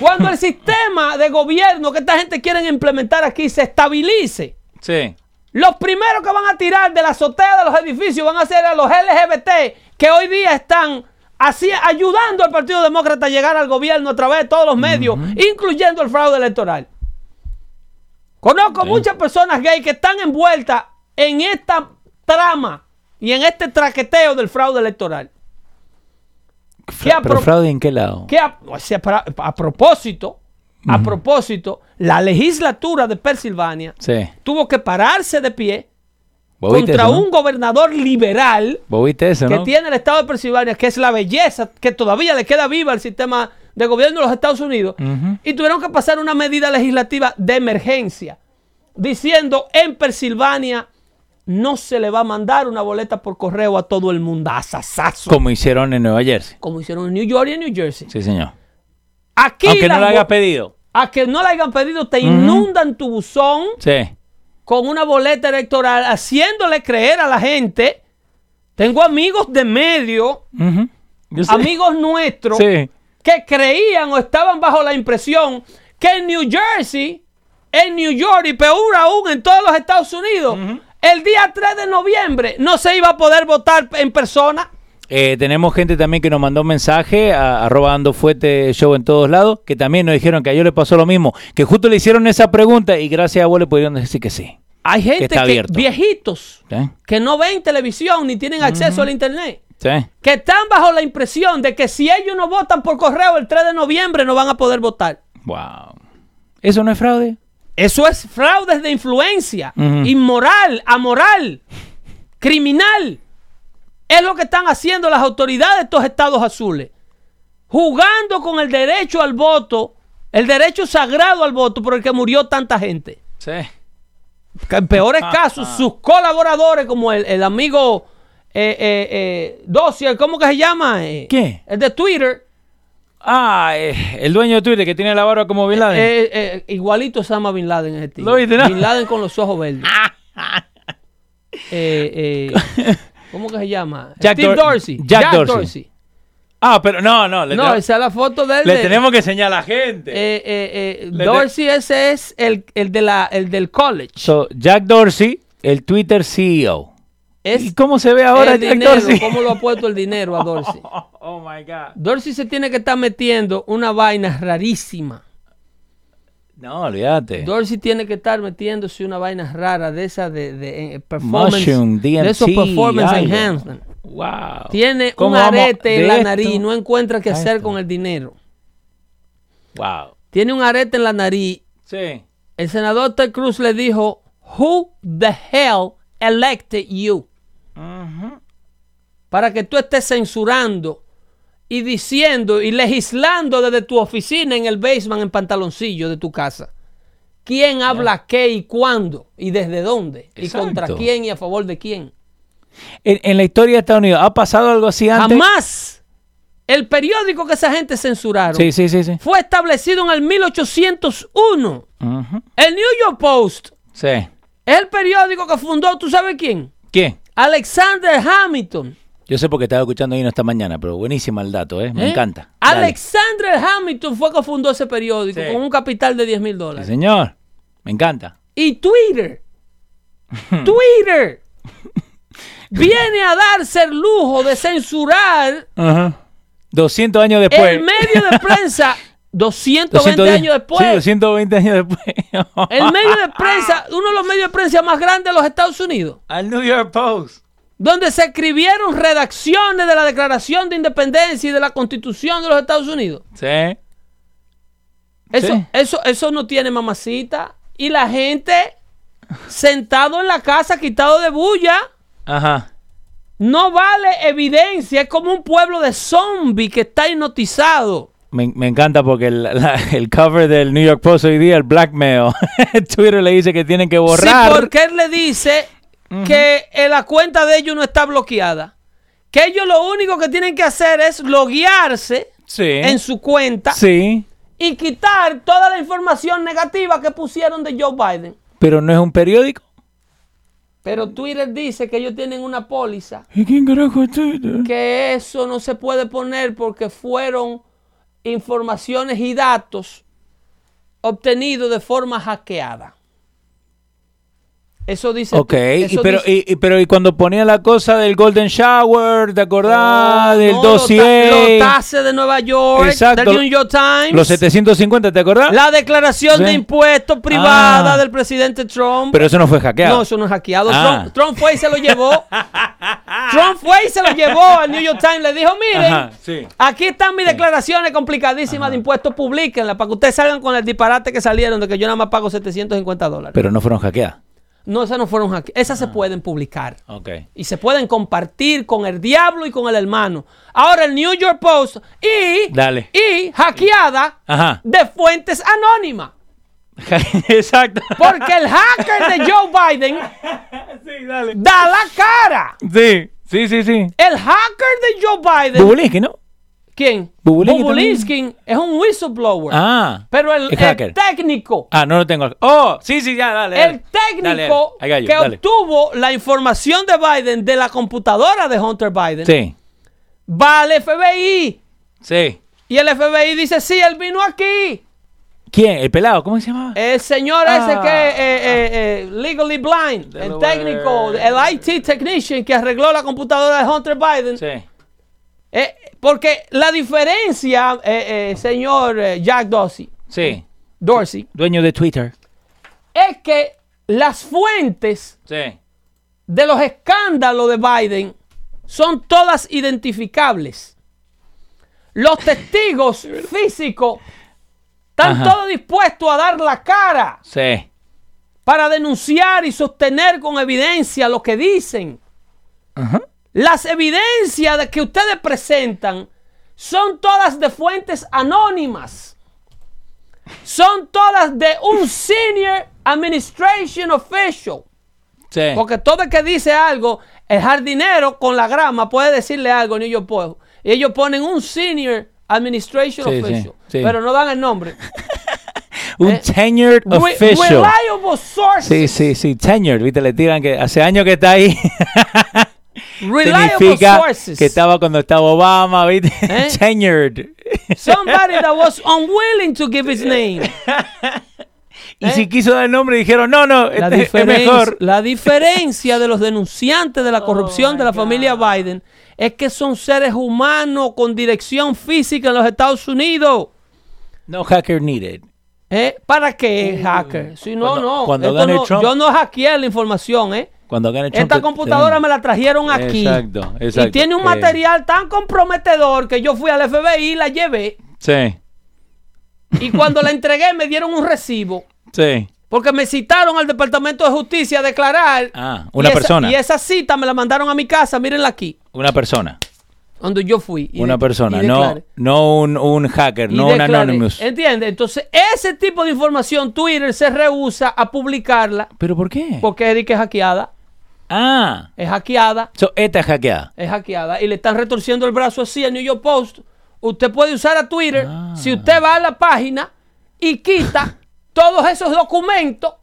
S3: Cuando el sistema de gobierno que esta gente quiere implementar aquí se estabilice.
S1: Sí.
S3: Los primeros que van a tirar de la azotea de los edificios van a ser a los LGBT que hoy día están así ayudando al Partido Demócrata a llegar al gobierno a través de todos los medios, incluyendo el fraude electoral. Conozco muchas personas gay que están envueltas en esta trama y en este traqueteo del fraude electoral.
S1: Fra-
S3: ¿Qué a
S1: ¿Pero
S3: pro-
S1: fraude en qué lado?
S3: que a, o sea, para- a propósito, a propósito, la legislatura de Pensilvania
S1: Sí.
S3: tuvo que pararse de pie
S1: ¿Vos Pues, viste
S3: contra
S1: eso, no?
S3: un gobernador liberal
S1: ¿Vos viste eso,
S3: que
S1: no?
S3: tiene el estado de Pensilvania, que es la belleza que todavía le queda viva al sistema de gobierno de los Estados Unidos,
S1: Ujú.
S3: y tuvieron que pasar una medida legislativa de emergencia, diciendo en Pensilvania no se le va a mandar una boleta por correo a todo el mundo, asasazo,
S1: Como hicieron en Nueva Jersey.
S3: como hicieron en New York y en New Jersey.
S1: Sí, señor.
S3: Aquí
S1: Aunque no
S3: las
S1: lo
S3: bo-
S1: hagas pedido.
S3: a que no la hayan pedido, te inundan tu buzón
S1: Sí.
S3: con una boleta electoral, haciéndole creer a la gente. Tengo amigos de medio,
S1: Ujú. Yo sé.
S3: amigos nuestros,
S1: Sí.
S3: que creían o estaban bajo la impresión que en New Jersey, en New York y peor aún en todos los Estados Unidos, el día 3 de noviembre no se iba a poder votar en persona.
S1: Eh, tenemos gente también que nos mandó un mensaje a arroba dando fuerte show en todos lados, que también nos dijeron que a ellos les pasó lo mismo, que justo le hicieron esa pregunta y gracias a vos le pudieron decir que sí.
S3: Hay gente
S1: está
S3: que,
S1: abierto.
S3: viejitos
S1: ¿Sí?
S3: que no ven televisión ni tienen acceso al internet.
S1: ¿Sí?
S3: que están bajo la impresión de que si ellos no votan por correo el 3 de noviembre no van a poder votar.
S1: Wow. ¿Eso no es fraude?
S3: Eso es fraudes de influencia,
S1: Ujú.
S3: inmoral, amoral, criminal. Es lo que están haciendo las autoridades de estos estados azules. Jugando con el derecho al voto, el derecho sagrado al voto por el que murió tanta gente.
S1: Sí.
S3: Que en
S1: Ah,
S3: peores casos, sus colaboradores, como el, el amigo eh, eh, eh, Dossier, ¿cómo que se llama? Eh,
S1: ¿Qué?
S3: El de Twitter.
S1: Ah, eh, el dueño de Twitter que tiene la barba como Bin Laden.
S3: Eh, eh, igualito Osama Bin Laden es el tipo.
S1: ¿Lo viste, no?
S3: Bin Laden con los ojos verdes. Eh, eh, ¿Cómo que se llama?
S1: Jack
S3: Steve
S1: Dor-
S3: Dorsey.
S1: Jack Dorsey. ah, pero no, no, le,
S3: No,
S1: tengo-
S3: esa es la foto de él.
S1: le
S3: de-
S1: tenemos que enseñar a la gente.
S3: eh, eh, eh,
S1: Le-
S3: Dorsey, ese es el, el, de la, el del college.
S1: So, Jack Dorsey, el Twitter CEO. ¿Y
S3: Es
S1: cómo se ve ahora
S3: el
S1: Jack
S3: dinero,
S1: Dorsey?
S3: cómo lo ha puesto el dinero a Dorsey.
S1: Oh, oh my God.
S3: Dorsey se tiene que estar metiendo una vaina rarísima.
S1: No, olvídate.
S3: Dorsey tiene que estar metiéndose una vaina rara de esa de, de, eh, performance.
S1: Mushroom, DMT,
S3: de esos performance
S1: algo.
S3: enhancement.
S1: Wow.
S3: Tiene un
S1: ¿Cómo vamos
S3: arete
S1: de
S3: en la
S1: esto?
S3: nariz, no encuentra qué
S1: a
S3: hacer
S1: esto?
S3: con el dinero.
S1: Wow.
S3: Tiene un arete en la nariz.
S1: Sí.
S3: El senador Ted Cruz le dijo, "Who the hell elected you?" Para que tú estés censurando y diciendo y legislando desde tu oficina en el basement en pantaloncillo de tu casa. ¿Quién habla qué y cuándo y desde dónde y
S1: Exacto.
S3: contra quién y a favor de quién?
S1: En, en la historia de Estados Unidos, ¿ha pasado algo así antes?
S3: Jamás El periódico que esa gente censuraron
S1: Sí, sí, sí, sí.
S3: fue establecido en el 1801.
S1: Ujú.
S3: El New York Post
S1: Sí.
S3: es el periódico que fundó, ¿tú sabes quién?
S1: ¿Quién?
S3: Alexander Hamilton.
S1: Yo sé porque estaba escuchando Hino esta mañana, pero buenísima el dato, ¿eh? Me
S3: ¿eh?
S1: encanta. Dale.
S3: Alexander Hamilton fue que fundó ese periódico
S1: Sí.
S3: con un capital de 10 mil dólares.
S1: Sí, señor. Me encanta.
S3: Y Twitter. Twitter. viene a darse el lujo de censurar
S1: Ajá. 200 años después.
S3: el medio de prensa 220
S1: 210.
S3: años después.
S1: Sí, Ah, 220 años después.
S3: El medio de prensa, uno de los medios de prensa más grandes de los Estados Unidos,
S1: Al New York Post.
S3: donde se escribieron redacciones de la Declaración de Independencia y de la Constitución de los Estados Unidos.
S1: Sí.
S3: Eso,
S1: Sí.
S3: eso, eso no tiene mamacita. Y la gente sentado en la casa, quitado de bulla,
S1: Ajá.
S3: no vale evidencia. Es como un pueblo de zombi que está hipnotizado.
S1: Me, me encanta porque el, la- el cover del New York Post hoy día, el blackmail. Twitter le dice que tienen que borrar.
S3: Sí, porque él le dice que eh, la cuenta de ellos no está bloqueada. Que ellos lo único que tienen que hacer es loguearse
S1: Sí.
S3: en su cuenta
S1: Sí.
S3: y quitar toda la información negativa que pusieron de Joe Biden.
S1: Pero no es un periódico.
S3: Pero Twitter dice que ellos tienen una póliza,
S1: ¿Y quién carajo es Twitter?
S3: que eso no se puede poner porque fueron informaciones y datos obtenidos de forma hackeada. Eso dice
S1: Ok,
S3: Twitter,
S1: y
S3: eso
S1: pero,
S3: dice-
S1: y, y- pero y cuando ponía la cosa del Golden Shower, ¿te acordás?
S3: Ah,
S1: del
S3: no, Los, ta- los
S1: 200.
S3: taxes de Nueva York,
S1: Exacto.
S3: del New York Times,
S1: Los 750, ¿te acordás?
S3: la declaración
S1: Sí.
S3: de impuestos privada
S1: Ah.
S3: del presidente Trump.
S1: Pero eso no fue hackeado.
S3: No, eso no es hackeado.
S1: Ah.
S3: Trump, Trump fue y se lo llevó. Trump fue y se lo llevó al New York Times. Le dijo, miren,
S1: Ajá, sí.
S3: aquí están mis declaraciones complicadísimas de impuestos, publíquenlas para que ustedes salgan con el disparate que salieron de que yo nada más pago 750 dólares.
S1: Pero no fueron hackeadas.
S3: no, esas no fueron hackeadas. Esas se pueden publicar.
S1: Ok.
S3: Y se pueden compartir con el diablo y con el hermano. Ahora el New York Post y,
S1: Dale.
S3: y hackeada
S1: Ajá.
S3: de fuentes anónimas.
S1: Exacto.
S3: Porque el hacker de Joe Biden
S1: sí, dale.
S3: da la cara.
S1: Sí, sí, sí, sí.
S3: El hacker de Joe Biden.
S1: Bubulinsky, ¿no?
S3: ¿Quién?
S1: Bubulinsky
S3: Bubulinsky es un whistleblower.
S1: Ah.
S3: pero el,
S1: es
S3: el
S1: hacker.
S3: técnico.
S1: Ah, no lo tengo. Oh, sí, sí, ya, dale. dale.
S3: El técnico
S1: Dale, dale. Ahí gallo,
S3: que
S1: dale.
S3: obtuvo la información de Biden de la computadora de Hunter Biden
S1: Sí,
S3: va al FBI
S1: sí.
S3: y el FBI dice, sí, él vino aquí.
S1: ¿Quién? ¿El pelado? ¿Cómo se llamaba?
S3: El señor ese
S1: Ah.
S3: que eh, eh, eh, legally blind, el
S1: Delaware.
S3: técnico, el IT technician que arregló la computadora de Hunter Biden.
S1: Sí.
S3: Eh, porque la diferencia, eh, eh, señor eh, Jack Dorsey,
S1: Sí.
S3: Dorsey,
S1: Dueño de Twitter.
S3: es que las fuentes
S1: Sí.
S3: de los escándalos de Biden son todas identificables. Los testigos físicos están
S1: Ajá.
S3: todos dispuestos a dar la cara.
S1: Sí.
S3: para denunciar y sostener con evidencia lo que dicen.
S1: Ajá.
S3: Las evidencias de que ustedes presentan son todas de fuentes anónimas. Son todas de un senior administration official.
S1: Sí.
S3: Porque todo el que dice algo, el jardinero con la grama puede decirle algo en ellos puedo. Y ellos ponen un senior administration
S1: Sí, sí,
S3: official.
S1: sí.
S3: Pero no dan el nombre.
S1: Un
S3: eh,
S1: tenured
S3: Re-
S1: official.
S3: reliable sources.
S1: Sí, sí, sí. Tenured. Viste, le tiran que hace años que está ahí.
S3: Reliable
S1: Significa
S3: sources.
S1: que estaba cuando estaba Obama, ¿viste?
S3: ¿Eh?
S1: Tenured.
S3: Somebody that was unwilling to give
S1: Este
S3: his name.
S1: Y si quiso dar el nombre, dijeron, no, no,
S3: ¿Eh? La,
S1: este es
S3: diferen-
S1: mejor. Oh
S3: la diferencia de los denunciantes de la corrupción de la familia Biden es que son seres humanos con dirección física en los Estados Unidos.
S1: No hacker needed.
S3: ¿Eh? ¿Para qué,
S1: Oh.
S3: hacker? Si no,
S1: Cuando-
S3: no.
S1: cuando
S3: Esto
S1: gane
S3: no-
S1: Trump-
S3: Yo no hackeé la información, ¿eh?
S1: Cuando gane Trump.
S3: Esta
S1: te-
S3: computadora
S1: te-
S3: me la trajeron aquí.
S1: Exacto, exacto.
S3: Y tiene un
S1: Eh,
S3: material tan comprometedor que yo fui al FBI y la llevé.
S1: Sí,
S3: Y cuando la entregué me dieron un recibo.
S1: sí.
S3: Porque me citaron al Departamento de Justicia a declarar.
S1: Ah, una
S3: Y esa-
S1: persona.
S3: Y esa cita me la mandaron a mi casa, mírenla aquí,
S1: Una persona.
S3: donde yo fui. y
S1: Una
S3: de-
S1: persona.
S3: y
S1: No,
S3: declaré.
S1: no un, un hacker,
S3: Y
S1: no un
S3: declaré.
S1: anonymous.
S3: ¿Entiendes? Entonces, ese tipo de información Twitter se rehúsa a publicarla
S1: ¿Pero por qué?
S3: porque Eric es hackeada,
S1: Ah,
S3: es hackeada,
S1: so, esta es hackeada.
S3: es hackeada. Y le están retorciendo el brazo así al New York Post Usted puede usar a Twitter
S1: Ah.
S3: si usted va a la página y quita todos esos documentos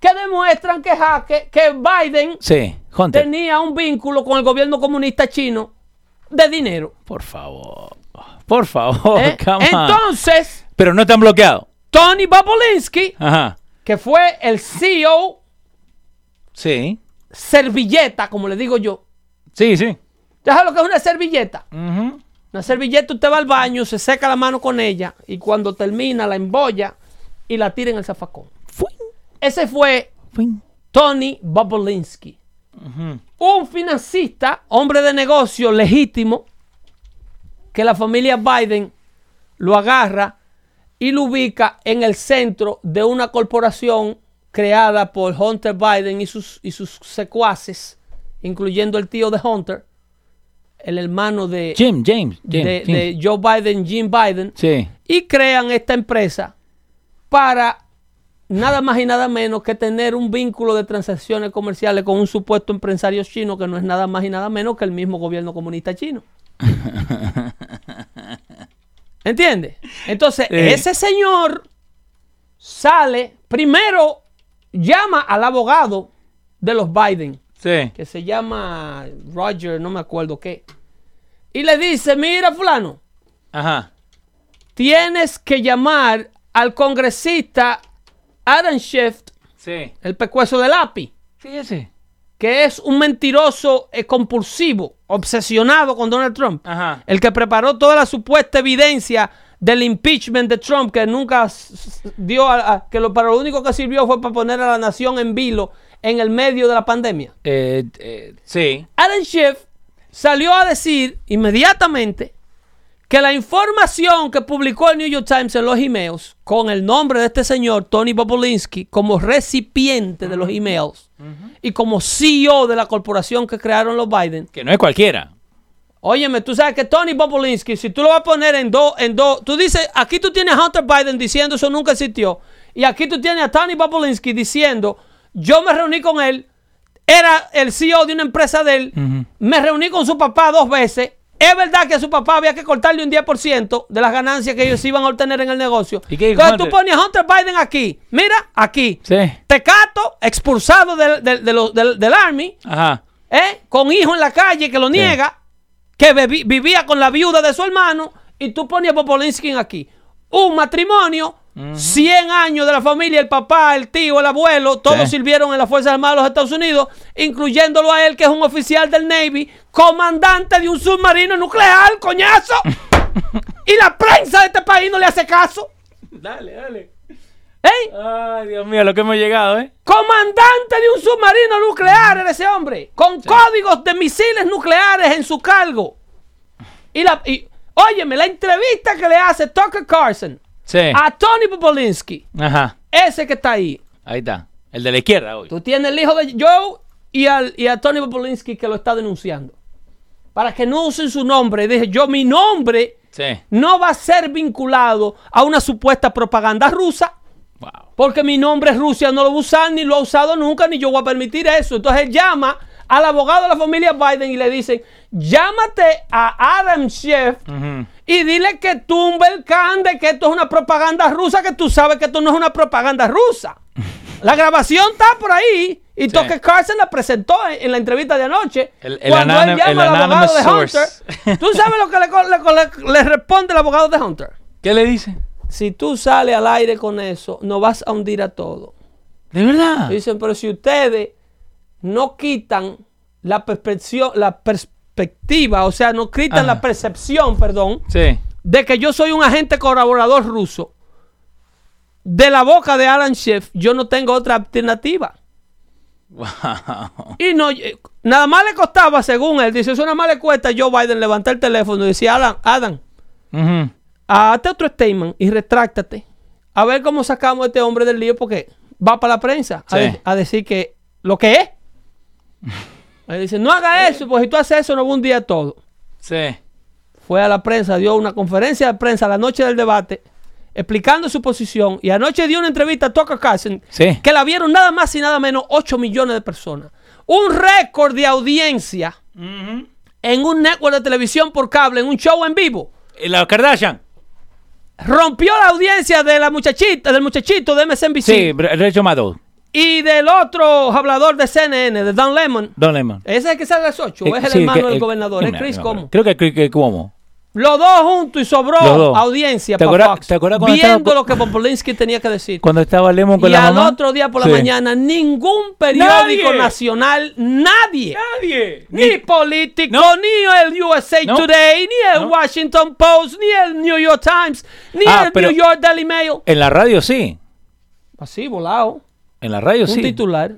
S3: que demuestran que, Jaque- que Biden
S1: Sí, Hunter.
S3: tenía un vínculo con el gobierno comunista chino de dinero.
S1: Por favor. Por favor,
S3: ¿eh?
S1: Oh, come on.
S3: Entonces,
S1: Pero no están bloqueados.
S3: Tony Babolinsky,
S1: Ajá.
S3: que fue el E CEO
S1: Sí.
S3: servilleta, como le digo yo.
S1: Sí, sí.
S3: ¿Ya sabes lo que es una servilleta?
S1: Ujú.
S3: Una servilleta usted va al baño, se seca la mano con ella y cuando termina la embolla y la tira en el zafacón.
S1: Fuin, Eh,
S3: Ese fue
S1: fuin.
S3: Tony Bobolinsky. Un financista, hombre de negocio legítimo, que la familia Biden lo agarra y lo ubica en el centro de una corporación creada por Hunter Biden y sus, y sus secuaces, incluyendo el tío de Hunter, el hermano de,
S1: Jim, James. James,
S3: de-
S1: James.
S3: de Joe Biden, Jim Biden
S1: Sí.
S3: y crean esta empresa para nada más y nada menos que tener un vínculo de transacciones comerciales con un supuesto empresario chino que no es nada más y nada menos que el mismo gobierno comunista chino. ¿Entiendes? Entonces,
S1: Sí.
S3: ese señor sale, primero llama al abogado de los Biden
S1: Sí.
S3: que se llama Roger, no me acuerdo qué, y le dice, mira fulano,
S1: Ajá.
S3: tienes que llamar al congresista Adam Schiff,
S1: Sí.
S3: el pecueso del API,
S1: Fíjese.
S3: que es un mentiroso eh, compulsivo, obsesionado con Donald Trump,
S1: Ajá.
S3: el que preparó toda la supuesta evidencia del impeachment de Trump, que nunca s- s- dio, a- a- que lo, para lo único que sirvió fue para poner a la nación en vilo en el medio de la pandemia.
S1: Eh, eh, sí.
S3: Adam Schiff salió a decir inmediatamente que la información que publicó el New York Times en los emails con el nombre de este señor Tony Bobolinsky como recipiente de los emails y como CEO de la corporación que crearon los Biden.
S1: Que no es cualquiera.
S3: Óyeme, tú sabes que Tony Bobolinsky, si tú lo vas a poner en dos, en dos, tú dices, aquí tú tienes a Hunter Biden diciendo eso nunca existió. Y aquí tú tienes a Tony Bobolinsky diciendo, yo me reuní con él, era el CEO de una empresa de él, me reuní con su papá dos veces. Es verdad que a su papá había que cortarle un 10% de las ganancias que ellos iban a obtener en el negocio.
S1: ¿Y qué dijo
S3: Entonces tú
S1: Hunter?
S3: pones a Hunter Biden aquí, mira, aquí.
S1: Sí.
S3: Tecato, expulsado del, del- de los- del- del Army.
S1: Ajá.
S3: ¿eh? con hijo en la calle que lo niega, que bebi- vivía con la viuda de su hermano, y tú ponías Popolinsky aquí. Un matrimonio, 100 años de la familia, el papá, el tío, el abuelo, todos
S1: Sí.
S3: sirvieron en las Fuerzas Armadas de los Estados Unidos, incluyéndolo a él, que es un oficial del Navy, comandante de un submarino nuclear, coñazo. y la prensa de este país no le hace caso.
S1: Dale, dale.
S3: ¿eh?
S1: Ay, Dios mío, lo que hemos llegado, ¿eh?
S3: Comandante de un submarino nuclear era ese hombre, con códigos de misiles nucleares en su cargo. Y la y- óyeme, la entrevista que le hace Tucker Carlson
S1: Sí.
S3: a Tony Bobolinsky,
S1: Ajá.
S3: ese que está ahí.
S1: Ahí está. El de la izquierda hoy.
S3: Tú tienes el hijo de Joe y, al- y a Tony Bobolinsky que lo está denunciando. Para que no usen su nombre, dije yo, mi nombre
S1: Sí.
S3: no va a ser vinculado a una supuesta propaganda rusa.
S1: Wow.
S3: Porque mi nombre es Rusia, no lo usan, ni lo ha usado nunca, ni yo voy a permitir eso. Entonces él llama al abogado de la familia Biden y le dicen, llámate a Adam Schiff
S1: Ujú.
S3: y dile que tumbe el can de que esto es una propaganda rusa, que tú sabes que esto no es una propaganda rusa. La grabación está por ahí y Tucker Carlson la presentó en, en la entrevista de anoche.
S1: El- el anonym- el anonymous source.
S3: ¿Tú sabes lo que le co- le co- le- le responde el abogado de Hunter?
S1: ¿Qué le dice?
S3: Si tú sales al aire con eso, nos vas a hundir a todos.
S1: De verdad.
S3: Dicen, pero si ustedes no quitan la perspección, la perspectiva, o sea, no quitan
S1: Ajá.
S3: la percepción, perdón,
S1: Sí.
S3: de que yo soy un agente colaborador ruso, de la boca de Alan Schiff, yo no tengo otra alternativa.
S1: Wow.
S3: Y no, eh, nada más le costaba, según él, dice, eso nada más le cuesta a Joe Biden levantar el teléfono y decir, Alan, Adam,
S1: Ujú.
S3: hazte otro statement y retráctate. A ver cómo sacamos a este hombre del lío porque va para la prensa a,
S1: Sí.
S3: de- a decir que lo que es. Ahí dice, no haga eso, porque si tú haces eso no va un día todo.
S1: Sí. Eh,
S3: Fue a la prensa, dio una conferencia de prensa la noche del debate, explicando su posición. Y anoche dio una entrevista a Tucker Carlson,
S1: Sí.
S3: que la vieron nada más y nada menos 8 millones de personas. Un récord de audiencia en un network de televisión por cable, en un show en vivo.
S1: La Kardashian.
S3: Rompió la audiencia de la muchachita, del muchachito de MSNBC
S1: Sí, Bre- Rachel Maddow.
S3: y del otro hablador de CNN, de Don Lemon.
S1: Don Lemon.
S3: ¿Ese es el que sale a las 8 o es Eh, el
S1: Eh, Sí,
S3: hermano
S1: que-
S3: del
S1: el-
S3: gobernador?
S1: no
S3: ¿Es
S1: me-
S3: Chris
S1: no me
S3: Cuomo?
S1: acuerdo. Creo que Chris Chris Cuomo.
S3: Los dos juntos y sobró
S1: Los dos.
S3: audiencia
S1: ¿Te
S3: para
S1: acuerdas-
S3: Fox.
S1: te acuerdas cuando
S3: viendo
S1: estaba-
S3: lo que Popolinsky tenía que decir.
S1: Cuando estaba Lemon con
S3: Y
S1: la
S3: al
S1: mamá.
S3: otro día por la
S1: Sí.
S3: mañana, ningún periódico
S1: Nadie.
S3: nacional, nadie,
S1: Nadie.
S3: ni, político,
S1: No.
S3: ni el USA
S1: No.
S3: Today, ni el
S1: No.
S3: Washington Post, ni el New York Times, ni
S1: Ah,
S3: el
S1: pero-
S3: New York Daily Mail.
S1: En la radio sí.
S3: Así, volado.
S1: En la radio
S3: Un
S1: sí.
S3: titular.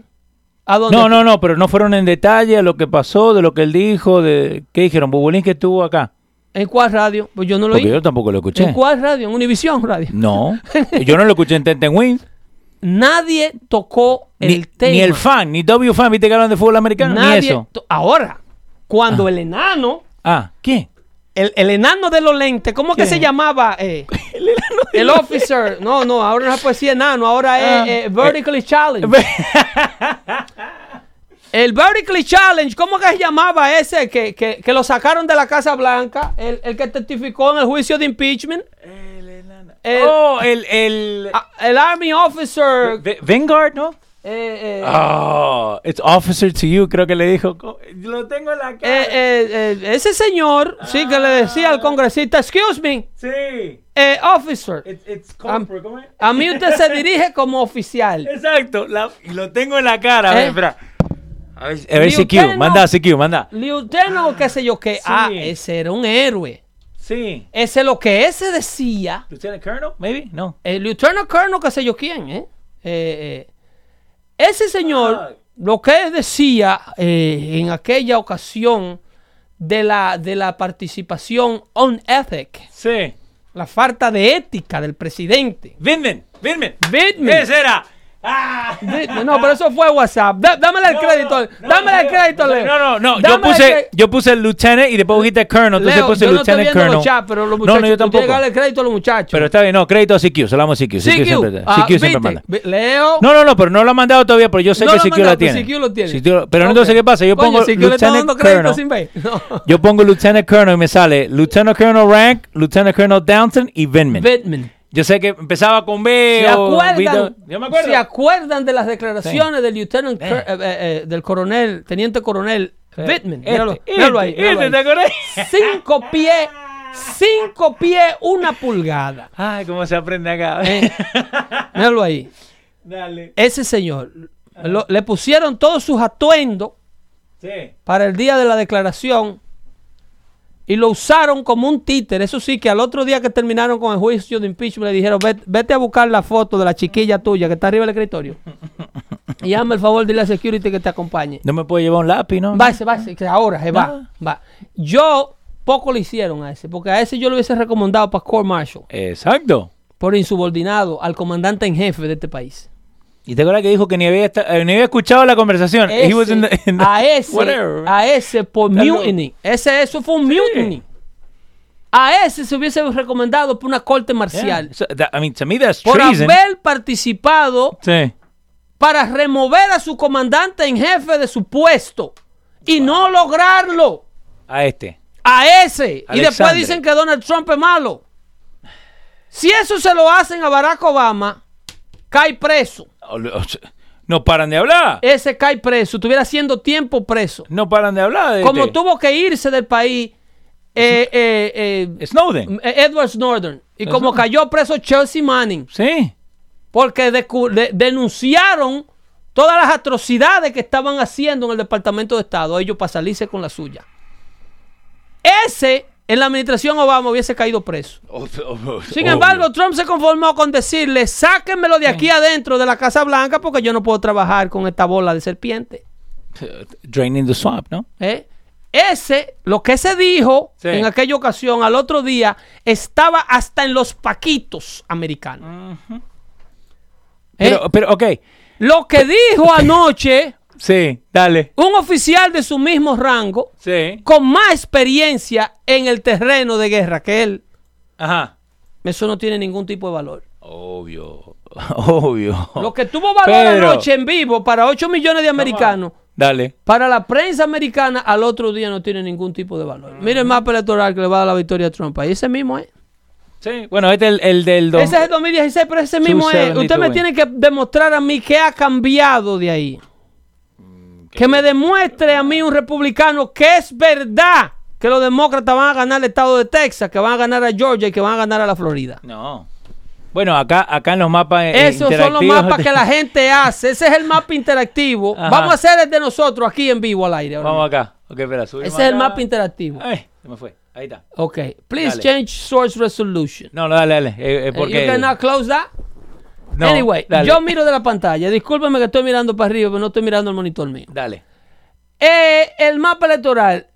S3: ¿A dónde?
S1: No, no, no, pero no fueron en detalle a lo que pasó, de lo que él dijo, de qué dijeron. Bubulín que estuvo acá.
S3: ¿En cuál radio? Pues yo no lo
S1: Porque
S3: oí.
S1: yo tampoco lo escuché.
S3: ¿En cuál radio? ¿En Univisión Radio?
S1: No. Yo no lo escuché en Tenten Win.
S3: Nadie tocó
S1: Ni,
S3: el tema.
S1: ni el fan, ni W fan, viste que hablan de fútbol americano,
S3: Nadie
S1: ni eso.
S3: to- Ahora, cuando el enano,
S1: Ah, ¿quién?
S3: el, el enano de los lentes, ¿cómo que
S1: ¿Quién?
S3: se llamaba? eh? el officer. No, no, ahora no se puede decir enano, ahora
S1: Ah.
S3: es eh, vertically challenged. el vertically challenged, ¿cómo que se llamaba ese que, que- que lo sacaron de la Casa Blanca? El, el que testificó en el juicio de impeachment. El, Ah.
S1: oh, el. el
S3: a- el army officer.
S1: V- Vanguard, ¿no?
S3: eh, eh,
S1: Oh, it's officer to you, creo que le dijo. Co- Lo tengo en la cara.
S3: eh, eh, eh, ese señor, sí, que le decía al congresista, excuse me,
S1: sí.
S3: eh, officer.
S1: It's, it's
S3: Am-
S1: corporate, ¿cómo es?
S3: A mí usted se dirige como oficial.
S1: Exacto. la- y lo tengo en la cara. A
S3: Eh.
S1: ver, espera. A ver, a ver,
S3: Ni usted
S1: CQ,
S3: no-
S1: manda CQ, manda.
S3: Lieutenant o qué sé yo qué. Ah, ese era un héroe.
S1: Sí.
S3: Ese lo que ese decía. Eh,
S1: Lieutenant Colonel, maybe? No.
S3: El Lieutenant Colonel, qué sé yo quién, ¿eh? Eh, eh, ese señor, lo que decía eh, en aquella ocasión de la, de la participación unethic,
S1: Sí.
S3: la falta de ética del presidente.
S1: Vinman, Vinman.
S3: Bittman.
S1: Ese era. Ah.
S3: De- No, pero eso fue WhatsApp. Da- dámele el
S1: No,
S3: crédito.
S1: no, no,
S3: dámele el
S1: no,
S3: crédito, Leo.
S1: No, no, no. Yo
S3: Dámele el
S1: puse,
S3: cre-
S1: yo puse Lieutenant y después dijiste Colonel. Entonces
S3: Leo,
S1: puse
S3: yo no estoy
S1: Lieutenant
S3: viendo
S1: Colonel.
S3: los chats, pero los
S1: no,
S3: muchachos,
S1: no, yo
S3: tú tienes que
S1: tampoco.
S3: darle crédito a los muchachos.
S1: Pero está bien, no, crédito a CQ, se lo damos a CQ. CQ,
S3: CQ,
S1: siempre,
S3: ah,
S1: CQ siempre
S3: viste,
S1: manda.
S3: ve- Leo,
S1: No, no, no, pero no lo ha mandado todavía, pero yo sé
S3: no
S1: que
S3: lo
S1: CQ la
S3: mandaste,
S1: tiene.
S3: CQ lo tiene.
S1: CQ pero
S3: Ok.
S1: entonces, ¿qué pasa? Yo
S3: Coño,
S1: pongo
S3: CQ le está
S1: Lieutenant
S3: dando crédito
S1: Colonel.
S3: sin ver. No.
S1: Yo pongo Lieutenant Colonel y me sale Lieutenant Colonel Rank, Lieutenant Colonel Downton y Vinman.
S3: Batman.
S1: Yo sé que empezaba con B
S3: ¿Se
S1: o
S3: acuerdan,
S1: Vito- Yo me acuerdo.
S3: ¿Se acuerdan de las declaraciones del lieutenant, Cur- eh, eh, eh, del coronel, teniente coronel Batman?
S1: Este,
S3: Míralo,
S1: este,
S3: míralo ahí.
S1: este,
S3: míralo ahí.
S1: ¿te acordás?
S3: Cinco pies, cinco pies, una pulgada.
S1: Ay, cómo se aprende acá.
S3: Eh, míralo ahí.
S1: Dale.
S3: Ese señor, lo- le pusieron todos sus atuendos
S1: Sí.
S3: para el día de la declaración y lo usaron como un títer. Eso sí, que al otro día que terminaron con el juicio de impeachment le dijeron, "Vet- vete a buscar la foto de la chiquilla tuya que está arriba del escritorio. Y hazme el favor, dile a security que te acompañe.
S1: No me puedo llevar un lápiz, ¿no?
S3: Va, se va, se- que ahora se va,
S1: No.
S3: va. Yo, poco le hicieron a ese, porque a ese yo lo hubiese recomendado para court martial,
S1: Exacto.
S3: por insubordinado al comandante en jefe de este país.
S1: ¿Y te acuerdas que dijo que ni había, esta- eh, ni había escuchado la conversación? He was in the-
S3: Ese-
S1: in the-
S3: a ese,
S1: Whatever.
S3: a ese por
S1: Está loco.
S3: mutiny. Ese, eso fue un mutiny. A ese se hubiese recomendado por una corte marcial.
S1: Yeah. So, that- I mean, to me that's
S3: Por
S1: treason.
S3: haber participado
S1: Sí.
S3: para remover a su comandante en jefe de su puesto y no lograrlo.
S1: A este.
S3: A ese. Y
S1: Alexandre.
S3: después dicen que Donald Trump es malo. Si eso se lo hacen a Barack Obama, cae preso.
S1: O- o- No paran de hablar.
S3: Ese cae preso. Estuviera haciendo tiempo preso.
S1: No paran de hablar. de
S3: como
S1: este.
S3: tuvo que irse del país eh, eh, eh,
S1: Snowden.
S3: eh, Edward Snowden y como cayó preso Chelsea Manning
S1: Sí.
S3: porque decu- de- denunciaron todas las atrocidades que estaban haciendo en el Departamento de Estado ellos para salirse con la suya ese en la administración Obama hubiese caído preso sin
S1: Oh,
S3: embargo Trump se conformó con decirle sáquenmelo de aquí adentro de la Casa Blanca porque yo no puedo trabajar con esta bola de serpiente
S1: Draining the swamp, ¿no?
S3: ¿eh? Ese, lo que se dijo
S1: Sí.
S3: en aquella ocasión, al otro día, estaba hasta en los paquitos americanos. ¿Eh?
S1: Pero, pero, ok.
S3: lo que dijo anoche
S1: Sí, dale.
S3: un oficial de su mismo rango,
S1: Sí.
S3: con más experiencia en el terreno de guerra que él,
S1: Ajá.
S3: eso no tiene ningún tipo de valor.
S1: Obvio. Obvio.
S3: Lo que tuvo valor
S1: Oh. Pero-
S3: anoche en vivo para 8 millones de americanos
S1: Dale.
S3: Para la prensa americana, al otro día no tiene ningún tipo de
S1: Mm.
S3: valor. Mira el mapa electoral que le va a dar la victoria a Trump. Ahí ese mismo es.
S1: Sí, bueno, este es el, el del... dos-
S3: Ese es el 2016, pero ese mismo es.
S1: 272.
S3: Usted me tiene que demostrar a mí qué ha cambiado de ahí. Que me demuestre a mí un republicano que es verdad que los demócratas van a ganar el estado de Texas, que van a ganar a Georgia y que van a ganar a la Florida.
S1: No. Bueno, acá, acá en los mapas eh,
S3: Esos son los
S1: interactivos
S3: mapas que la gente hace. Ese es el mapa interactivo.
S1: Ajá.
S3: Vamos a hacer el de nosotros aquí en vivo al aire. ahora
S1: Vamos
S3: mismo.
S1: acá. Ok, espera, subimos
S3: Ese es el
S1: acá.
S3: mapa interactivo.
S1: Ay, se me fue. Ahí está.
S3: Ok.
S1: Eh.
S3: Please
S1: Dale.
S3: change source resolution.
S1: No, no, dale, dale. eh, eh,
S3: Eh,
S1: porque...
S3: You cannot close that.
S1: No,
S3: anyway,
S1: dale,
S3: yo miro de la pantalla. Discúlpame que estoy mirando para arriba, pero no estoy mirando el monitor mío.
S1: Dale.
S3: Eh, el mapa electoral.